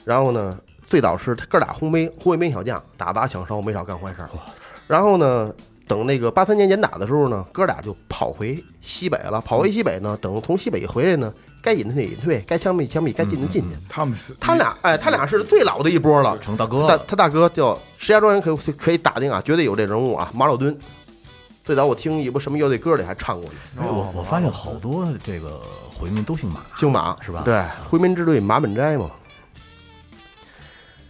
然后呢，最早是他哥俩红梅红卫兵小将，打砸抢烧，没少干坏事儿。然后呢，等那个八三年严打的时候呢，哥俩就跑回西北了。跑回西北呢，等从西北一回来呢，该隐退隐退，该枪毙枪毙，该进的进去。
他们是
他俩哎，他俩是最老的一波了。
成大
他
哥，
他大哥叫石家庄人可以可以打定啊，绝对有这人物啊，马老墩。最早我听一部什么乐队歌里还唱过呢，
哎，我我发现好多这个回民都姓马，
姓马
是吧
对，回民支队马本斋嘛。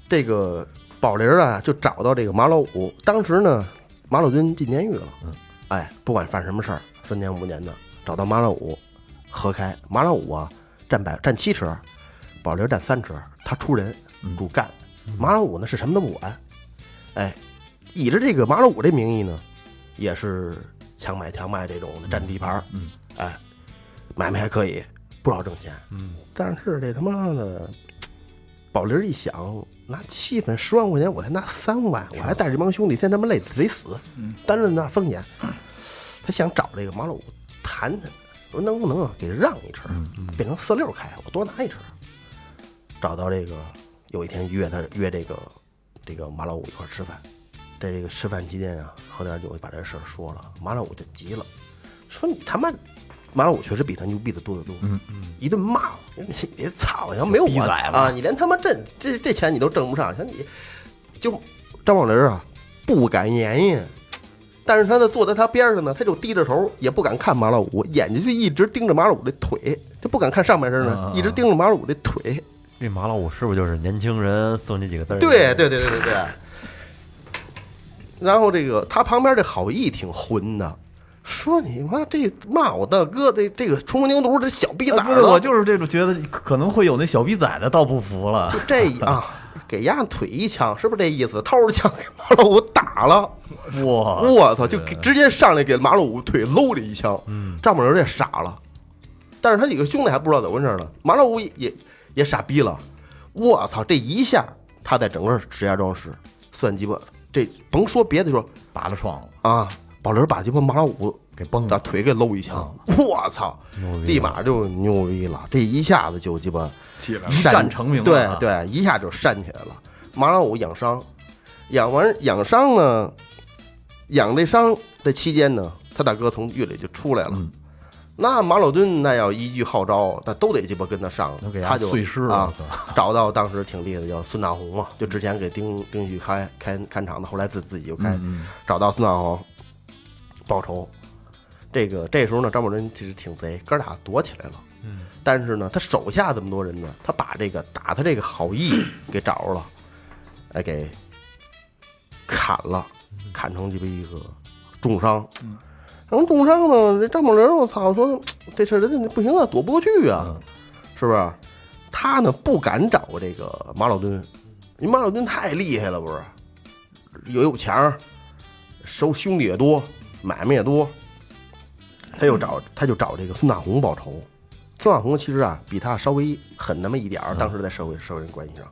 这个宝林儿啊，就找到这个马老五。当时呢，马老军进监狱了。嗯，哎，不管犯什么事儿，三年五年的，找到马老五，合开。马老五啊，占百占七成，宝林儿占三成，他出人主干。马老五呢是什么都不管，哎，以着这个马老五这名义呢，也是强买强卖这种的占地盘儿。嗯，哎，买卖还可以，不少挣钱。嗯，但是这他妈的，宝林儿一想，拿七分十万块钱，我才拿三万，我还带这帮兄弟，天他妈累得死，担着那风险。他想找这个马老五谈谈，说能不能啊给让一车，
嗯
变成四六开，我多拿一车。找到这个，有一天约他约这个这个马老五一块儿吃饭，在这个吃饭期间啊，喝点酒就把这事儿说了，马老五就急了，说你他妈。马老五确实比他牛逼的多得多，嗯嗯，一顿骂我，你别操，要没有
逼
我
崽子
啊，你连他妈这这这钱你都挣不上，像你，就张宝林啊，不敢言言，但是他呢坐在他边上呢，他就低着头，也不敢看马老五，眼睛就一直盯着马老五的腿，就不敢看上半身
啊
呢，一直盯着马老五的腿。
这马老五是不是就是年轻人送这几个字儿？
对对对对对对。然后这个他旁边这好意挺混的，说你妈这骂我大哥这这个冲锋牛犊这小逼崽
啊
儿
对，
了
我就是这种觉得可能会有那小逼崽子倒不服了
就，这一啊，给丫腿一枪，是不是这意思？掏着枪给马老五打了。
哇，
我操，就给直接上来给马老五腿搂了一枪，
嗯
丈母娘也傻了，但是他几个兄弟还不知道怎么回事呢，马老五也也也傻逼了，我操，这一下他在整个石家庄市算鸡巴，这甭说别的说
拔了创了，
啊，宝林把鸡巴马老五
给崩
把
了，啊
腿给搂一枪，我操，立马就牛逼了，这一下子就鸡巴。
起来了，
一
扇
战成名了
对
啊
对，一下就扇起来了。马老五养伤，养完养伤呢，养这伤的期间呢，他大哥从狱里就出来了。
嗯
那马老墩那要一句号召，那都得鸡巴跟他上
能给，
他
他
就
碎尸
啊
了，我，操
找到当时挺厉害的叫孙大红嘛，就之前给丁丁旭开开看场的，后来自自己又开，找到孙大红报仇。这个这时候呢，张宝珍其实挺贼，哥俩躲起来了。嗯，但是呢，他手下这么多人呢，他把这个打他这个好 [COUGHS] 意给找着了，哎，给砍了，砍成鸡巴一个重伤。嗯，然后重伤呢，这张宝林我操说这事儿人家不行啊，躲不过去啊，是不是？他呢不敢找这个马老墩，因为马老墩太厉害了，不是？又有钱儿，手兄弟也多，买卖也多，他又找他就找这个孙大红报仇。孙大红其实啊比他稍微狠那么一点儿，当时在社会社会人关系上。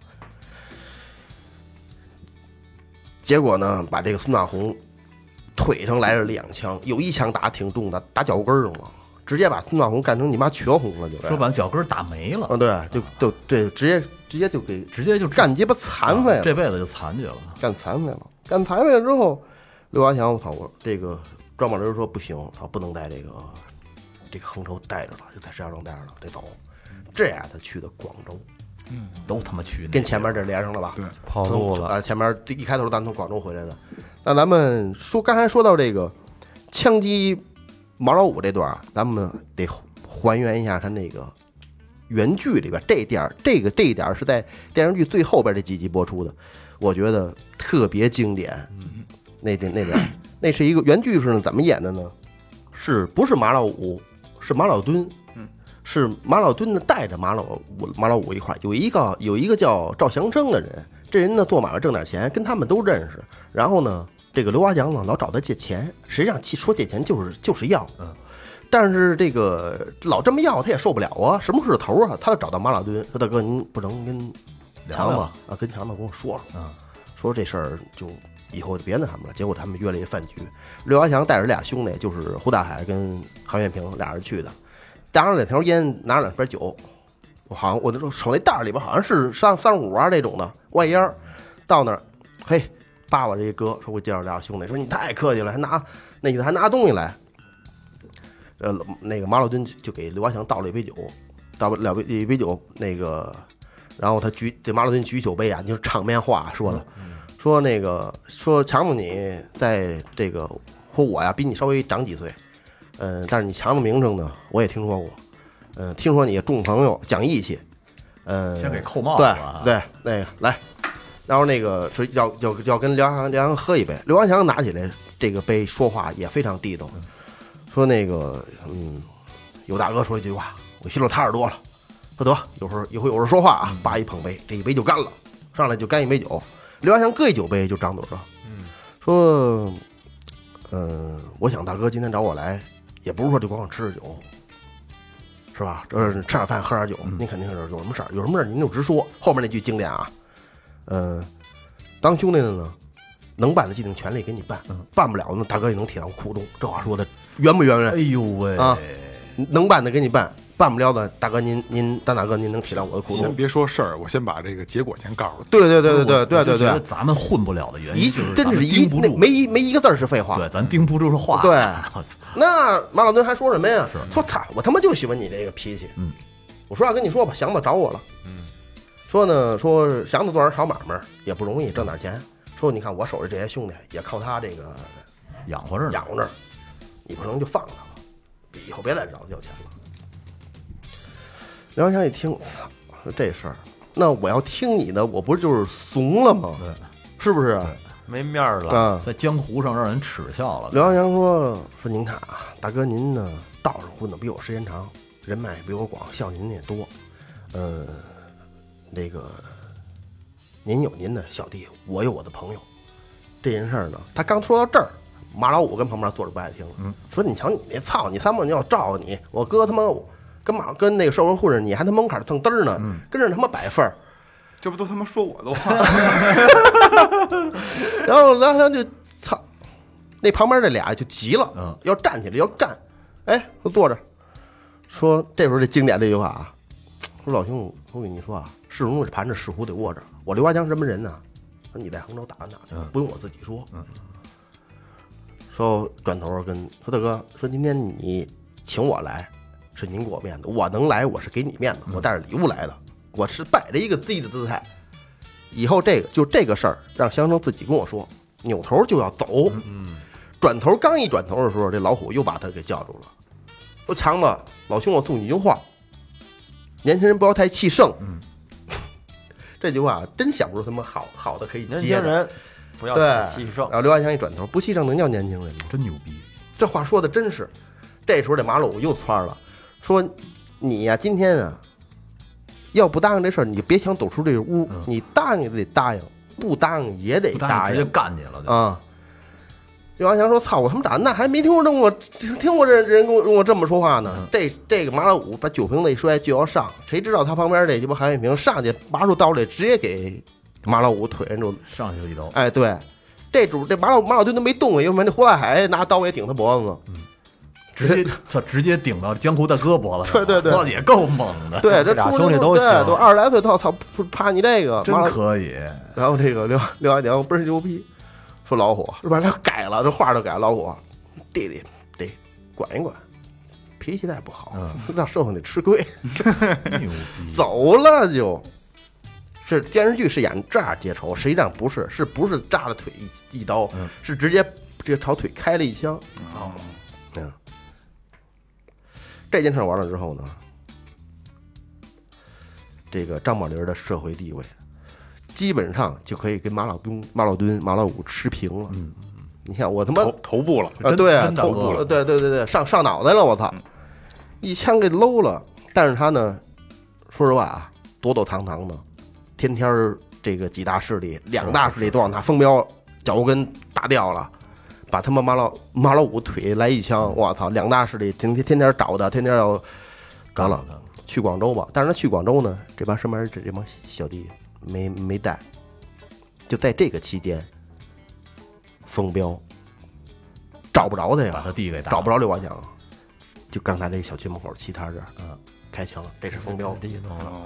结果呢，把这个孙大红腿上来了两枪，有一枪打挺重的，打脚后跟儿上了，直接把孙大红干成你妈瘸红了，就是
说把脚跟儿打没了
啊，，对，就就对，直接直接就给
直接就
干鸡巴残废了，
啊这辈子就残疾了，
干残废了，干残废了之后，刘华强，我操，我这个张宝林说不行，操，不能在这个这个横州待着了，就在石家庄待着了，得走。这样他去的广州，
都他妈去那
跟前面这连上了吧？
对
跑路了
啊、前面一开头咱从广州回来的，那咱们说刚才说到这个枪击毛老五这段儿，啊咱们得还原一下他那个原剧里边这点儿，这个这一点儿是在电视剧最后边这几集播出的，我觉得特别经典。
嗯
那点那点儿，那是一个原剧是怎么演的呢？是不是马老五？是马老墩。是马老墩呢带着马老五马老五一块儿，有一个有一个叫赵祥生的人，这人呢做买卖挣点钱，跟他们都认识。 [LAUGHS] 然后呢，这个刘华强呢老找他借钱，实际上其说借钱就是就是要，嗯但是这个老这么要他也受不了啊，什么是头啊？他就找到马老墩说：“大哥，您不能跟强子
聊聊
啊，跟强子跟我说说，
嗯
说这事儿就以后就别那什么了。”结果他们约了一饭局，刘华强带着俩兄弟，就是胡大海跟韩月平俩人去的，拿着两条烟，拿着两瓶酒，我好像我那时候手那袋儿里边好像是三三五啊这种的外烟儿，到那儿，嘿，爸爸这哥说，我介绍俩兄弟，说你太客气了，还拿那意思还拿东西来。呃，那个马老墩就给刘华强倒了一杯酒，倒了两杯一杯酒，那个，然后他举这马老墩举酒杯啊，就是场面话说的，
嗯
说那个说强子你在这个说我呀比你稍微长几岁，嗯、但是你强子名声呢我也听说过，嗯、听说你重朋友讲义气，嗯、
先给扣帽子啊
对
吧，
对，那个来，然后那个说要要要跟刘华强刘华强喝一杯，刘华强拿起来这个杯说话也非常地道，
嗯
说那个嗯，有大哥说一句话，我心里踏实多了，说得有时候以后有人说话
嗯
啊，叭一捧杯，这一杯就干了，上来就干一杯酒，刘华强各一酒杯就张嘴了，说，嗯、我想大哥今天找我来，也不是说就光吃酒，是吧？呃，吃点饭，喝点酒，
嗯
您肯定是有什么事儿，有什么事儿您就直说。后面那句经典啊，呃，当兄弟的呢，能办的尽尽全力给你办，
嗯
办不了呢，大哥也能体谅苦衷。这话说的圆不圆
哎
润？
呦喂，
啊能办的给你办，办不了的，大哥您您大大哥您能体谅我的苦
先
衷？
别说事儿，我先把这个结果先告诉你。
对对对对对对
哎我就
对
觉得
对，
咱们混不了的原
一
因就是咱
真
们
是一
盯不
那
住，
没一没一个字儿是废话。
对，咱盯不住这话。
对
[LAUGHS] 我操
那马老墩还说什么呀？说他我他妈就喜欢你这个脾气。
嗯，
我说要啊跟你说吧，祥子找我了。嗯，说呢，说祥子做点小买卖儿也不容易，挣点钱。说你看我手里这些兄弟也靠他这个
养活着呢
养，着呢，你不能就放着他吧，以后别再找他要钱了。梁文强一听，操，这事儿，那我要听你的，我不就是怂了吗？
对，
是不是啊？
没面儿了。
啊，
在江湖上让人耻笑了。
刘洋洋说：“说您看啊，大哥您呢，道上混的比我时间长，人脉也比我广，孝您也多。呃，那个，您有您的小弟，我有我的朋友。这件事儿呢，他刚说到这儿，马老五跟旁边坐着不爱听了，说：‘你瞧你那操，你三毛你要照顾你，我哥他妈跟马跟那个社会混着，你还他妈门槛蹭嘚儿呢，跟着他妈摆份儿。’
这不都他妈说我的话吗？
然后梁山就操，那旁边这俩就急了，
嗯
要站起来要干，哎，都坐着，说这时候这经典这句话啊，说老兄，我跟你说啊，是龙得盘着，是虎得卧着，我刘华强什么人呢、说你在杭州打听打听，不用我自己说，嗯，说转头跟说大哥，说今天你请我来，是您给我面子，我能来我是给你面子，
嗯
我带着礼物来的，我是摆着一个自己的姿态。以后这个就这个事儿，让香生自己跟我说，扭头就要走。嗯，转头刚一转头的时候，这老虎又把他给叫住了，说：“强子，老兄，我送你一句话，年轻人不要太气盛。”嗯， [LAUGHS] 这句话真想不出什么好好的可以接的。
年轻人不要太
对
气盛
然，后刘安强一转头，不气盛能叫年轻人吗？
真牛逼！
这话说的真是。这时候这马老五又窜了，说：“你呀、今天啊，要不答应这事儿，你就别想走出这屋。你答应就得答应，不答应也得
嗯不答应直
应
接干你了，就
啊。”刘安强说：“操，我他妈长那还没听过这么听过这人跟我跟我这么说话
嗯
呢。这这个马老五把酒瓶子一摔就要上，谁知道他旁边这鸡巴韩月平上去拔出刀来，直接给马老五腿摁住
上去就一刀，
哎，对，这主这马老马老墩都没动，哎因为那胡大海拿刀也顶他脖子呢。
直
[LAUGHS]
接操，直接顶到江湖大哥脖子上了，
对对对
哇也够猛的，
[LAUGHS] 对，
这
这
俩
出
兄弟
来
都
对
行
都二十来岁，操操，怕你这个
[LAUGHS] 真
马老
可以。
然后这个刘刘爱娘倍儿牛逼，说老虎是吧？他改了，这话都改了。老虎弟弟得管一管，脾气再不好，
嗯
让社会得吃亏。
牛逼！
走了就。是电视剧是演这样结仇，实际上不是，是不是扎了腿一一刀，是直接这朝腿开了一枪。嗯，这件事完了之后呢，这个张宝林的社会地位基本上就可以跟马老墩、马老墩、马老五持平了。嗯，你看我他妈 [LAUGHS]
头头部了，
啊，
真
对啊，
真的
头
饿
部
了嗯
了，对对对对，上上脑袋了，我操，一枪给搂了。但是他呢，说实话啊，躲躲藏藏的，天天儿这个几大势力、两大势力都往他风标脚后跟打掉了，把他妈马老马老五腿来一枪，我操！两大势力天天天天找他，天天要搞了去广州吧。但是他去广州呢，这帮身边这这帮小弟没没带，就在这个期间，风彪找不着他
把
呀
他，弟给打了
找不着刘华强，就刚才这个小区门口齐摊这儿，啊开枪了，这是风彪，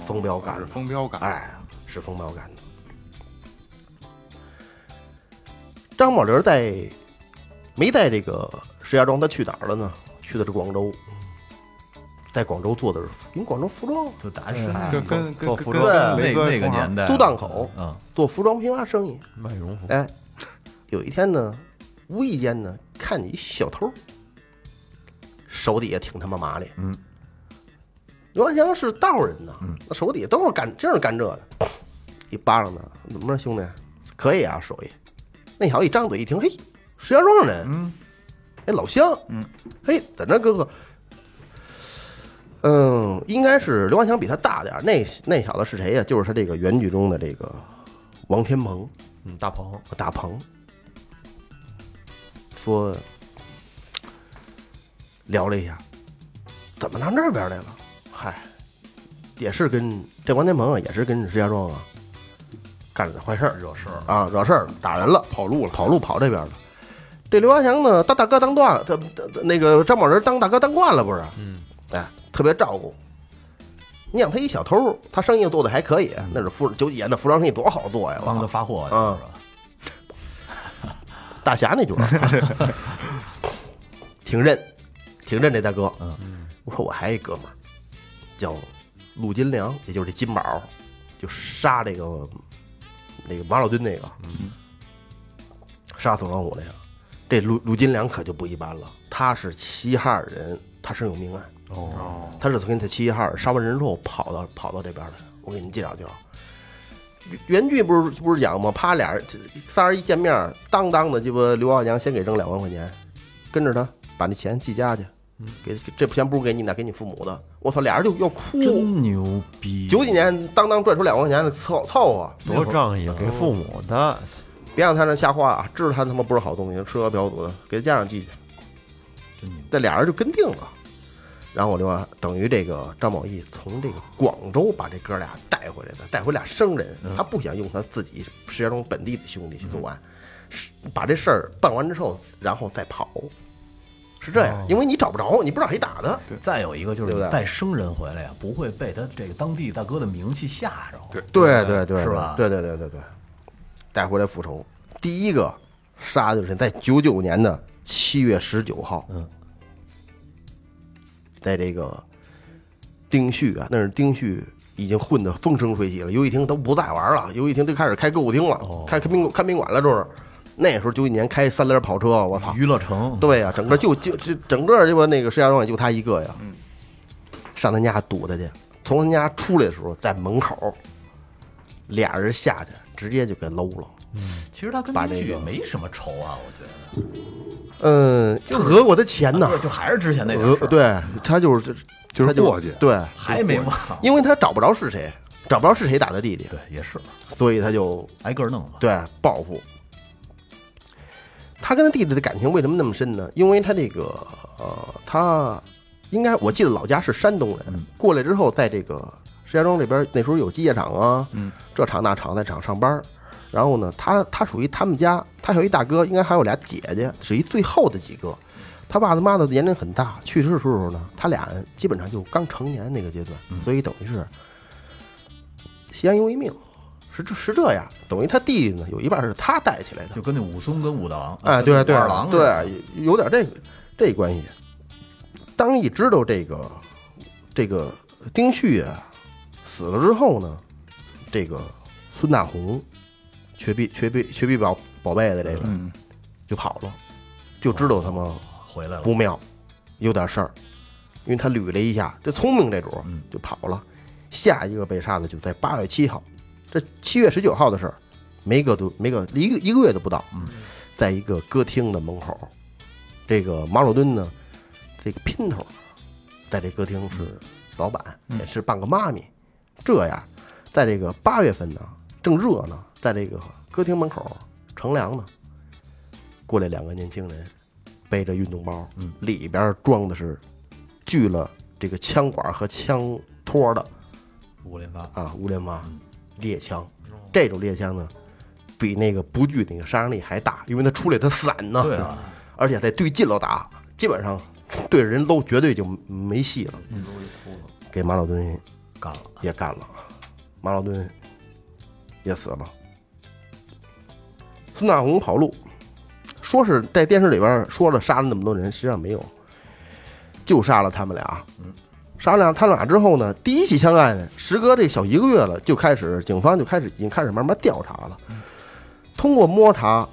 风彪干
是
的，
风标感，
哎，是风暴干的。张宝林在没在这个石家庄，他去哪儿了呢？去的是广州，在广州做的是，因为广州服装
就打是
跟嗯
哎
那
跟跟
做
跟
服
跟
装
跟
那
雷哥
那个
同行
年代，
都档口
嗯，
做服装批发生意。
卖羽绒服，
哎，有一天呢，无意间呢，看你小偷手底下挺他妈麻利，嗯，刘万强是道人呐，那手底下都是干，真是干这的，一巴掌呢，怎么着，兄弟，可以啊，手艺。那小子一张嘴一听，嘿，石家庄人，嗯，哎，老乡，嗯，嘿，在那哥哥。嗯，应该是刘万强比他大点儿。那那小子是谁呀、就是他这个原剧中的这个王天鹏。
嗯，大鹏，
我大鹏说聊了一下，怎么到那边来了？嗨，也是跟这王天鹏啊，也是跟石家庄啊干了点坏事
嗯
儿，惹事儿啊，惹事儿了，打人了，跑路了，跑路跑这边了。这刘华强呢，当大哥当惯，他他他那个张宝仁当大哥当惯了，不是？
嗯，
哎，特别照顾。你想他一小偷，他生意做的还可以，那是服九几年的服装生意多好做呀！我
帮
操
他发货去
嗯
是吧？
大侠那角儿、啊， [LAUGHS] 挺认，挺认这大哥。
嗯，
我说我还一哥们儿叫陆金良，也就是这金宝，就杀这个那个马老墩那个，杀宋老五那个。这陆陆金良可就不一般了，他是齐齐哈尔人，他身有命案。
哦，
他是从他齐齐哈尔杀完人之后跑到跑到这边来的。我给你介绍介绍，原剧不是不是讲吗？啪俩人仨人一见面，当当的鸡巴刘傲阳先给扔两万块钱，跟着他把那钱寄家去，给这钱不是给你的，给你父母的。我操，俩人就要哭。
真牛逼！
九几年当当赚出两万块钱来凑凑合，
多仗义啊，给父母的，
别让他那瞎花啊！知道他他妈不是好东西，吃喝嫖赌的，给家长寄去。
真牛，
这俩人就跟定了。然后我就啊等于这个张宝义从这个广州把这哥俩带回来的，带回俩生人，
嗯
他不想用他自己石家庄本地的兄弟去作案，是把这事儿办完之后，然后再跑，是这
哦
样，因为你找不着，你不知道谁打的，
再有一个就是
对不对
你带生人回来呀，不会被他这个当地大哥的名气吓着。
对
对对对，
是吧
对对对对对，带回来复仇，第一个杀的就是在九九年的七月十九号，
嗯，
在这个丁旭啊，那是丁旭已经混得风生水起了，游戏厅都不再玩了，游戏厅都开始开歌舞厅了，
哦
开开宾馆看宾馆了，就是那时候九几年开三轮跑车，我操，
娱乐城，
对呀、整个就就这整个这个那个石家庄也就他一个呀。
嗯
上他家堵他去，从他家出来的时候，在门口，俩人下去直接就给搂了。
其实他跟
把
京剧
这个
没什么仇啊，我觉得。
嗯，他讹我的钱呢
对，，啊就还是之前那点事
讹
儿，
呃对他就是
就是
他
过去，
对，
还没忘。
因为他找不着是谁，找不着是谁打的弟弟，
对，也是
所以他就
挨个儿弄吧。
对报复。他跟他弟弟的感情为什么那么深呢？因为他这个呃，他应该我记得老家是山东人，过来之后在这个石家庄这边那时候有机械厂啊，
嗯
这厂那厂在厂上班儿。然后呢，他他属于他们家，他还有一大哥，应该还有俩姐姐，属于最后的几个。他爸他妈的年龄很大，去世的时候呢，他俩人基本上就刚成年那个阶段，所以等于是相依为命，是这是这样。等于他弟弟呢，有一半是他带起来的，
就跟那武松跟武大郎，
哎，
呃
对对
武二郎似的，
对，有点这个这关系。当一知道这个这个丁旭啊死了之后呢，这个孙大红瘸臂瘸臂瘸臂宝宝贝的这个、
嗯，
就跑了，就知道他妈
回来了
不。妙，有点事儿，因为他捋了一下，这聪明这主儿
嗯
就跑了。下一个被杀的就在八月七号，这七月十九号的事儿，没个多没个一个一个月都不到，在一个歌厅的门口，这个马鲁敦呢，这个姘头，在这歌厅是老板，也是半个妈咪，这样，在这个八月份呢，正热呢，在这个歌厅门口乘凉呢，过来两个年轻人，背着运动包，里边装的是锯了这个枪管和枪托的
五连发，
啊无连发
嗯
猎枪。
哦
这种猎枪呢，比那个不锯那个杀伤力还大，因为它出来它散呢，
对啊，
而且得对近了打，基本上对着人搂绝对就没戏了。
嗯
给马老墩
干了，
也干了，马老墩也死了。孙大红跑路，说是在电视里边说了杀了那么多人，实际上没有，就杀了他们俩。杀了他俩之后呢，第一起枪案呢，时隔这小一个月了，就开始警方就开始已经开始慢慢调查了。通过摸查，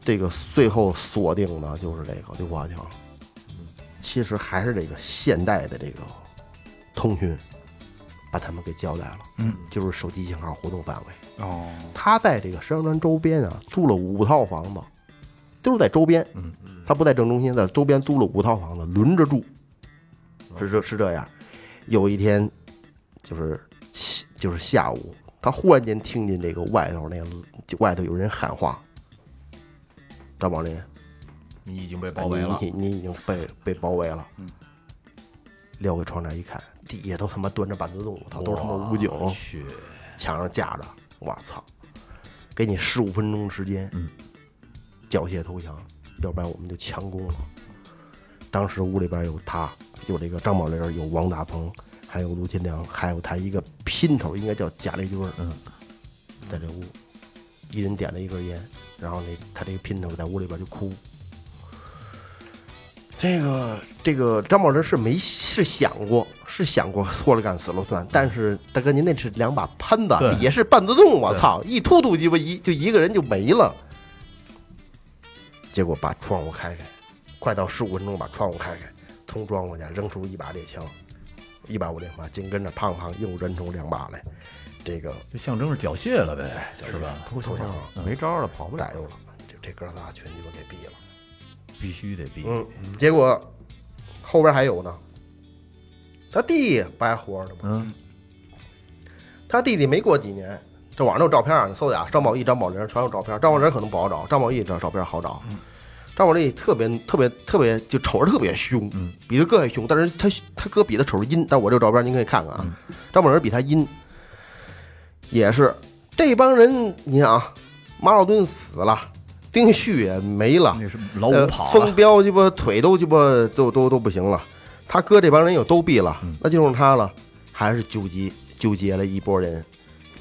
这个最后锁定的就是这个刘华强，其实还是这个现代的这个通讯，把他们给交代了。
嗯，
就是手机信号活动范围。
哦，
他在这个石家庄周边啊租了五套房子，都是在周边，
嗯
他不在正中心，在周边租了五套房子，轮着住，
嗯
是这是这样。有一天，就是起就是下午，他忽然间听见这个外头那个就外头有人喊话：“张宝林，
你已经被包围
你
了，嗯
你你已经被被包围了。”撩开窗帘一看，底下都他妈端着板子动物，操，都是他妈武警。
去，
墙上架着，我操！给你十五分钟时间，
嗯，
缴械投降，要不然我们就强攻了。当时屋里边有他，有这个张宝林，有王大鹏，还有卢金良，还有他一个姘头，应该叫贾立军，
嗯，
在这屋，一人点了一根烟，然后那他这个姘头在屋里边就哭。这个这个张宝林是没是想过是想过 [LAUGHS] 错了干死了算，但是大哥您那是两把潘子
对，
也是半自动，我
对
操，一突突鸡巴一就一个人就没了。结果把窗户开开，快到十五分钟把窗户开开，从窗户下扔出一把猎枪，一把五连发，紧跟着胖胖又扔出两把来，这个
就象征是缴械了呗，是吧？
偷手枪
没招了，跑不了
逮。住了，就这哥仨全鸡巴给毙了。
必须得毙，
嗯，结果后边还有呢，他弟弟不还活着呢吗？
嗯，
他弟弟没过几年，这网上有照片啊，你搜去啊，张宝义、张宝林全有照片。张宝林可能不好找，张宝义这照片好找。张宝利特别特别特别，就瞅着特别凶，比他哥还凶，但是他他哥比他瞅着阴。但我这照片您可以看看啊，张宝林比他阴，也是这帮人，你想啊，马老墩死了，丁旭也没了，
那是老
呃
五，跑
风
了，
彪鸡巴腿都鸡巴都都都不行了，他哥这帮人又都毙了，
嗯
那就剩他了，还是纠集纠结了一波人，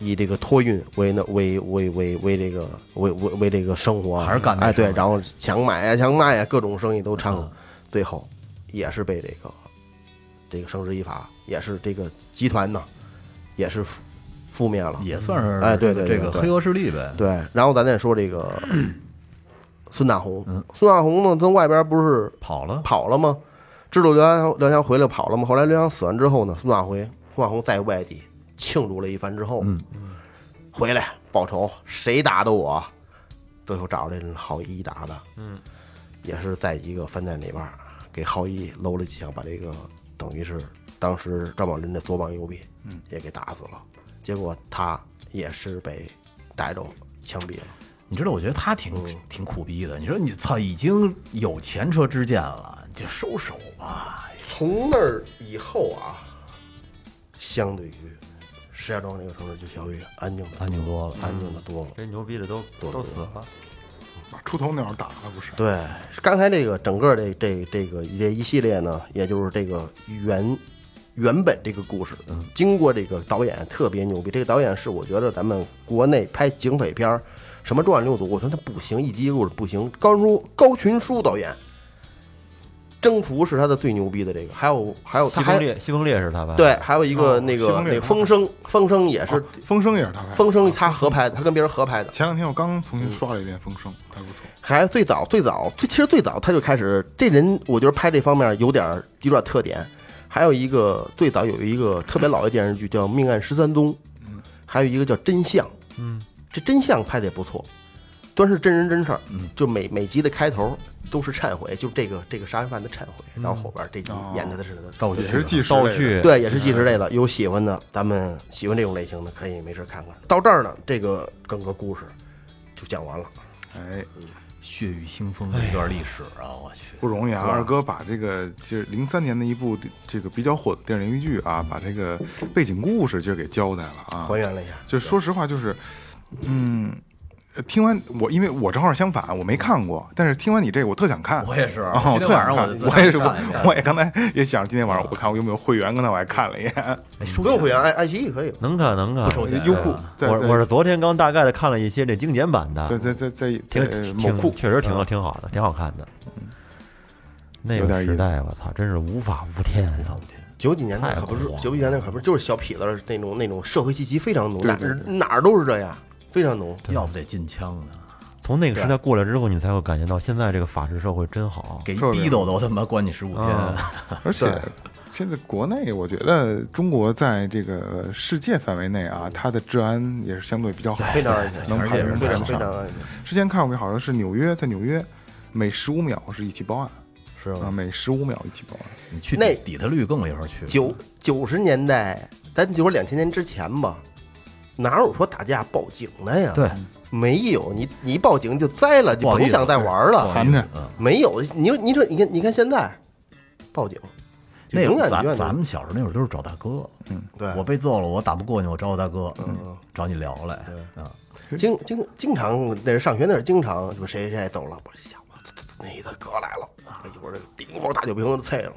以这个托运为那为为为为这个为为为这个生活啊，
还是干这
哎对
事，儿嗯
然后强买啊强卖啊各种生意都掺和，最后也是被这个这个绳之以法，也是这个集团呢，也是覆覆灭了，
也算是
哎对对对
这个
对
黑恶势力呗，
对，然后咱再说这个孙大红，孙大红呢从外边不是
跑了，
跑了吗？知道刘洋刘洋回来跑了吗？后来刘洋死完之后呢，孙大回孙大红在外地庆祝了一番之后，嗯，回来报仇，谁打的我？最后找着这人郝一打的，嗯，也是在一个饭店里边儿给郝一搂了几枪，把这个等于是当时张宝林的左膀右臂，嗯，也给打死了。结果他也是被逮着枪毙了。
你知道，我觉得他挺
嗯
挺苦逼的。你说你操，已经有前车之鉴了，你就收手吧。
从那儿以后啊，相对于石家庄这个城市，就相对于安静的
安静多了
安静的多了。
这牛逼的都都死了，
把出头鸟打了不是？
对，刚才这个整个这这这个这一系列呢，也就是这个原原本这个故事，
嗯
经过这个导演特别牛逼，这个导演是我觉得咱们国内拍警匪片儿，什么重案六组，我说他不行，一集故事不行。高书高群书导演，征服是他的最牛逼的这个，还有还有他
西风
还
烈，西风烈是他吧？
对，还有一个
哦
那
西
个
风烈
那个
他
风声，风声也是
哦风声也是他拍的。啊
风声，他合拍，他跟别人合拍的。
前两天我刚重新刷了一遍《风声》，还不错。
还最早最早最其实最早他就开始，这人我觉得拍这方面有点儿有点儿特点。还有一个最早有一个特别老的电视剧叫《命案十三宗》，还有一个叫《真相》，嗯，这真相拍的也不错，端是真人真事儿，就每每集的开头都是忏悔，就这个这个杀人犯的忏悔，然后后边这集演他的是他的
道具
也是纪实
倒
类的
叙，
对，也是纪实类的。有喜欢的，咱们喜欢这种类型的，可以没事看看。到这儿呢，这个整个故事就讲完了。
哎，
血雨腥风的一段历史啊！我去，
不容易啊！二哥把这个就是零三年的一部这个比较火的电视连续剧啊，把这个背景故事就给交代了啊，
还原了一下。
就说实话，就是，嗯，呃听完我，因为我正好相反，我没看过，但是听完你这个，我特想看。
我也是
啊
今
我
天
特
晚上
想
我
看
就，
我也是，
再看一下
我我也刚才也想着今天晚上我看我有没有会员，刚才我还看了一眼。
不用会员，爱爱奇艺可以。
能看能看。
收钱
优酷，在
我
在
我是昨天刚大概的看了一些这精简版的，
在在在在
挺
在呃某
挺
库嗯
确实挺挺好的，挺好看的。那
有点
个
意思
时代，我操，真是无法无天，啊无法无天。
九几年那可不是
太，狂
九几年那可不是，就是小痞子那种那种社会气息非常浓，
对
哪
对
儿哪儿都是这样，非常浓。
要不得进枪呢，
从那个时代过来之后，你才会感觉到现在这个法治社会真好。
给
特别嗯
逼斗的我他妈关你十五天
啊。
而且现在国内，我觉得中国在这个世界范围内啊，它的治安也是相对比较好的，
非常安全
能
全世
排
界
名
人
非
排
常
得
非
上。
常安全。
之前看过，好像是纽约，在纽约每十五秒是一起报案
是
啊，
吗？
每十五秒一起报案。
[LAUGHS] 你去
那
底特律跟我一块儿去。
九九十年代，咱就说两千年之前吧，哪有说打架报警的呀？
对，
没有，你你一报警就栽了，就
不好意
甭
思
想再玩
不好
了。
意
含着
思嗯，
没有，你说你说你看你看现在，报警，就
那
永
会儿
远
咱
永远
咱们小时候那会儿都是找大哥，
嗯
对
我被揍了，我打不过你，我找我大哥，嗯，找你聊来，啊，
经经经常那是上学那是经常说谁谁谁走了，我吓我那他哥来了，啊一会儿这叮咣大酒瓶子碎了。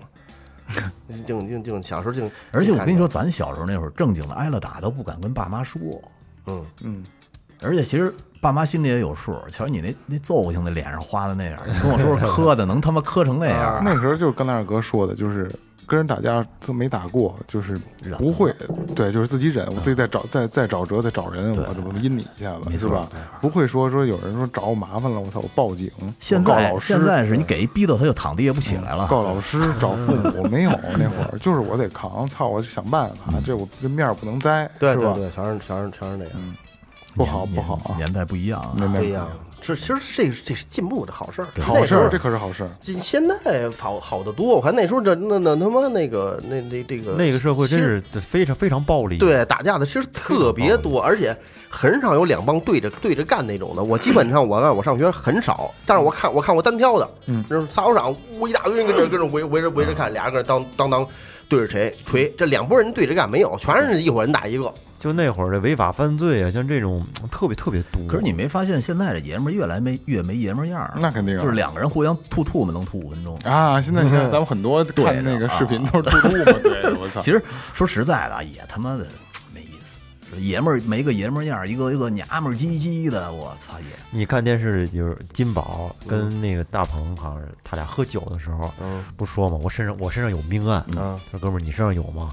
净净净，小时候净，
而且
净
我
看
跟你说，咱小时候那会儿正经的挨了打都不敢跟爸妈说，
嗯
嗯，
而且其实爸妈心里也有数，瞧你那那揍过去那脸上花的那样，你跟我说说磕的能他妈磕成那样，
那时候就是刚才二哥说的，就是跟人打架都没打过，就是不会，对，就是自己忍，我自己再找再再找辙再找人，我我阴你一下子，是吧？不会说说有人说找我麻烦了，我操，我报警，
现
我告
在
老师，嗯
现在是你给一逼斗他就躺地下不起来了，
告老师找父母没有那会儿，就是我得扛，操，我想办法，
嗯
这我这面儿不能栽，
对
是吧
对？对，全是全是全是这样，
不好
年
不好啊，
年代不一样啊，
没
不
没
一样。这其实这是这是进步的好事儿，
好事
那时
儿，
候
这可是好事儿。
这现在好好得多。我看那时候这那那他妈那个那那这个
那个社会真是非常非常暴力。，啊
对打架的其实特别多，而且很少有两帮对着对着干那种的。我基本上我按我上学很少，但是我看我看过单挑的，嗯，就是撒手掌，我一大堆人跟着跟着围围着围着看，俩人跟着当当当对着锤锤，这两拨人对着干没有，全是一伙人打一个。
就那会儿这违法犯罪啊，像这种嗯特别特别多。
可是你没发现现在这爷们儿越来没越没爷们儿样儿？
那肯定啊
就是两个人互相吐吐沫能吐五分钟。
啊，现在
[LAUGHS]
你看咱们很多看那个视频
啊
都是吐吐嘛，对，我操，
其实说实在的啊，也他妈的没意思。说爷们儿没个爷们儿样儿，一个一个娘们儿唧唧的，我操也
你看电视，就是金宝跟那个大鹏，好像是他俩喝酒的时候，不说嘛，我身上我身上有命案。
嗯
他说哥们儿，你身上有吗？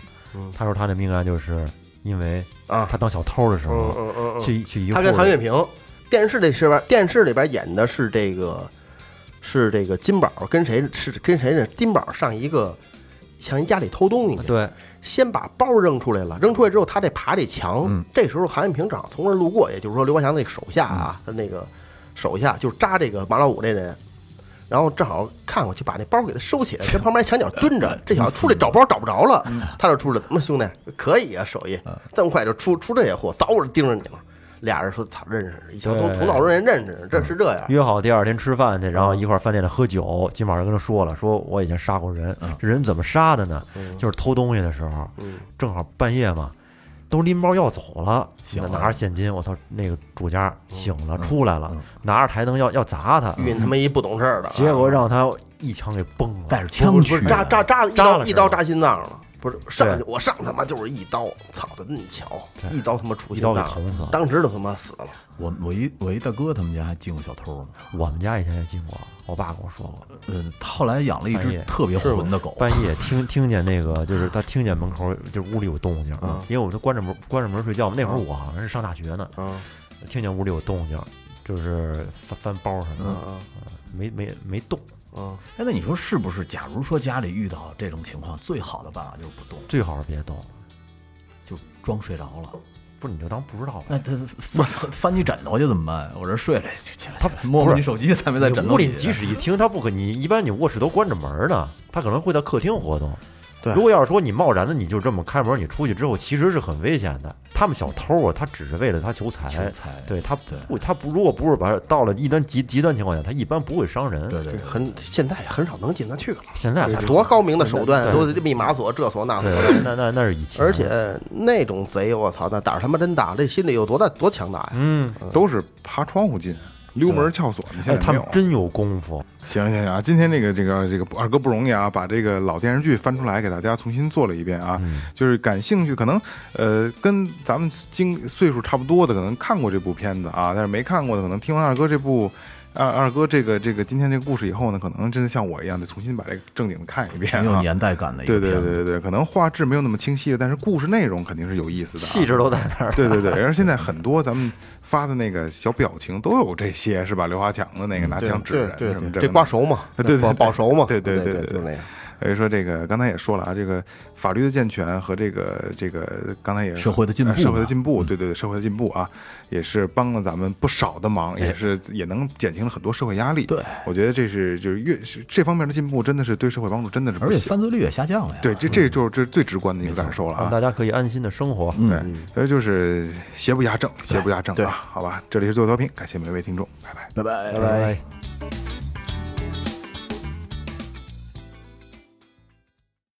他说他的命案就是因为
啊
他当小偷的时
嗯
候，
嗯嗯嗯，
去去一户
他
人
跟韩月平，电视这是边电视里边演的是这个是这个金宝跟谁是跟谁呢？金宝上一个上人家里偷东西去。
对
先把包扔出来了，扔出来之后，他得爬这墙。
嗯
这时候韩永平正好从这儿路过，也就是说刘华强那个手下啊，
嗯
他那个手下就是扎这个马老五这人，然后正好看过去，把那包给他
[LAUGHS]
收起来，跟旁边墙角蹲着。
嗯
这小子出来找包找不着了，他就出来，怎么兄弟可以啊，手艺
嗯
这么快就出出这些货，早我就盯着你了。俩人说操认识，以前都
对嗯
头脑中人认识，这是这样。
约好第二天吃饭去，然
嗯
后一块儿饭店里喝酒。金宝就跟他说了，说我已经杀过人，
嗯
这人怎么杀的呢？就是偷东西的时候，正好半夜嘛，都拎包要走了，
醒了嗯
拿着现金，我操，那个主家醒了出来了，拿着台灯要要砸他，
遇见他妈一不懂事儿的，啊
结果让他一枪给崩了。
带着枪去
不是扎扎扎一
扎
刀
了
一
是
刀
吧
扎心脏了，不是上
对
去我上他妈就是一刀，操的那么巧，一刀他妈出
一
心
刀
脏
给
了
捅死了
当时都他妈死了。
我我一我一大哥他们家还进过小偷呢，
我们家以前也进过，我爸跟我说过，
嗯，后来养了一
半
只
夜
特别混的狗，哎
半夜听听见那个，就是他听见门口就是屋里有动静，啊因为我都关着门关着门睡觉嘛。那会儿我好像是上大学呢，听见屋里有动静，就是翻翻包什么的，没没没动。
嗯
哎，那你说是不是？假如说家里遇到这种情况，最好的办法就是不动，
最好是别动，
就装睡着了。
不是你就当不知道
那
呗。
他翻翻你枕头去怎么办？我这睡了，起起来
他
摸
不
摸
是
你手机，在没在
你
枕头
屋里即使一听，他不可你一般你卧室都关着门呢，他可能会在客厅活动。
对
如果要是说你贸然的你就这么开门，你出去之后其实是很危险的。他们小偷啊，他只是为了他求财，
求财
哎对他不
对
会，他不如果不是把到了一端极极端情况下，他一般不会伤人。
对对对，
很现在很少能进得去了。
现在还是
多高明的手段，
对
都密码锁这锁那锁
对
的。，
那那那是以前，哎
而且那种贼，我操，那胆儿他妈真大，这心里有多大多强大呀！
嗯，
都是爬窗户进，溜门撬锁，你现
哎，
在
他
没
们
有。
真有功夫，
行行行啊，今天这个这个这个二哥不容易啊，把这个老电视剧翻出来给大家重新做了一遍啊，
嗯
就是感兴趣可能呃跟咱们经岁数差不多的，可能看过这部片子啊，但是没看过的，可能听完二哥这部。二二哥，这个这个今天这个故事以后呢，可能真的像我一样，得重新把这个正经的看一遍
挺有
啊。
年代感的一
对
个
对
片
对
子。
对对，可能画质没有那么清晰，但是故事内容肯定是有意思的、啊。
气质都在那儿。
[LAUGHS] 对对对，而现在很多咱们发的那个小表情都有这些，是吧？刘华强的那个拿枪指
嗯对
人
对
什么
对，
个
这
的
瓜熟嘛，
对对对
保保熟嘛，
对对对
对
对对
就那样。
所以说这个刚才也说了啊，这个法律的健全和这个这个刚才也
社会的进步
呃社会的
嘛
进步，对对对，社会的进步啊，也是帮了咱们不少的忙，也是也能减轻了很多社会压力。
哎对，
我觉得这是就是越是这方面的进步，真的是对社会帮助真的是
而
不
且
小。
犯罪率也下降了呀。
对，这这就是这是最直观的一个
没错
感受了啊
让！嗯大家可以安心的生活。
对，所以就是邪不压正，邪不压正啊，好吧，这里是最后调频，感谢每位听众，拜拜。
拜
拜
拜。
拜。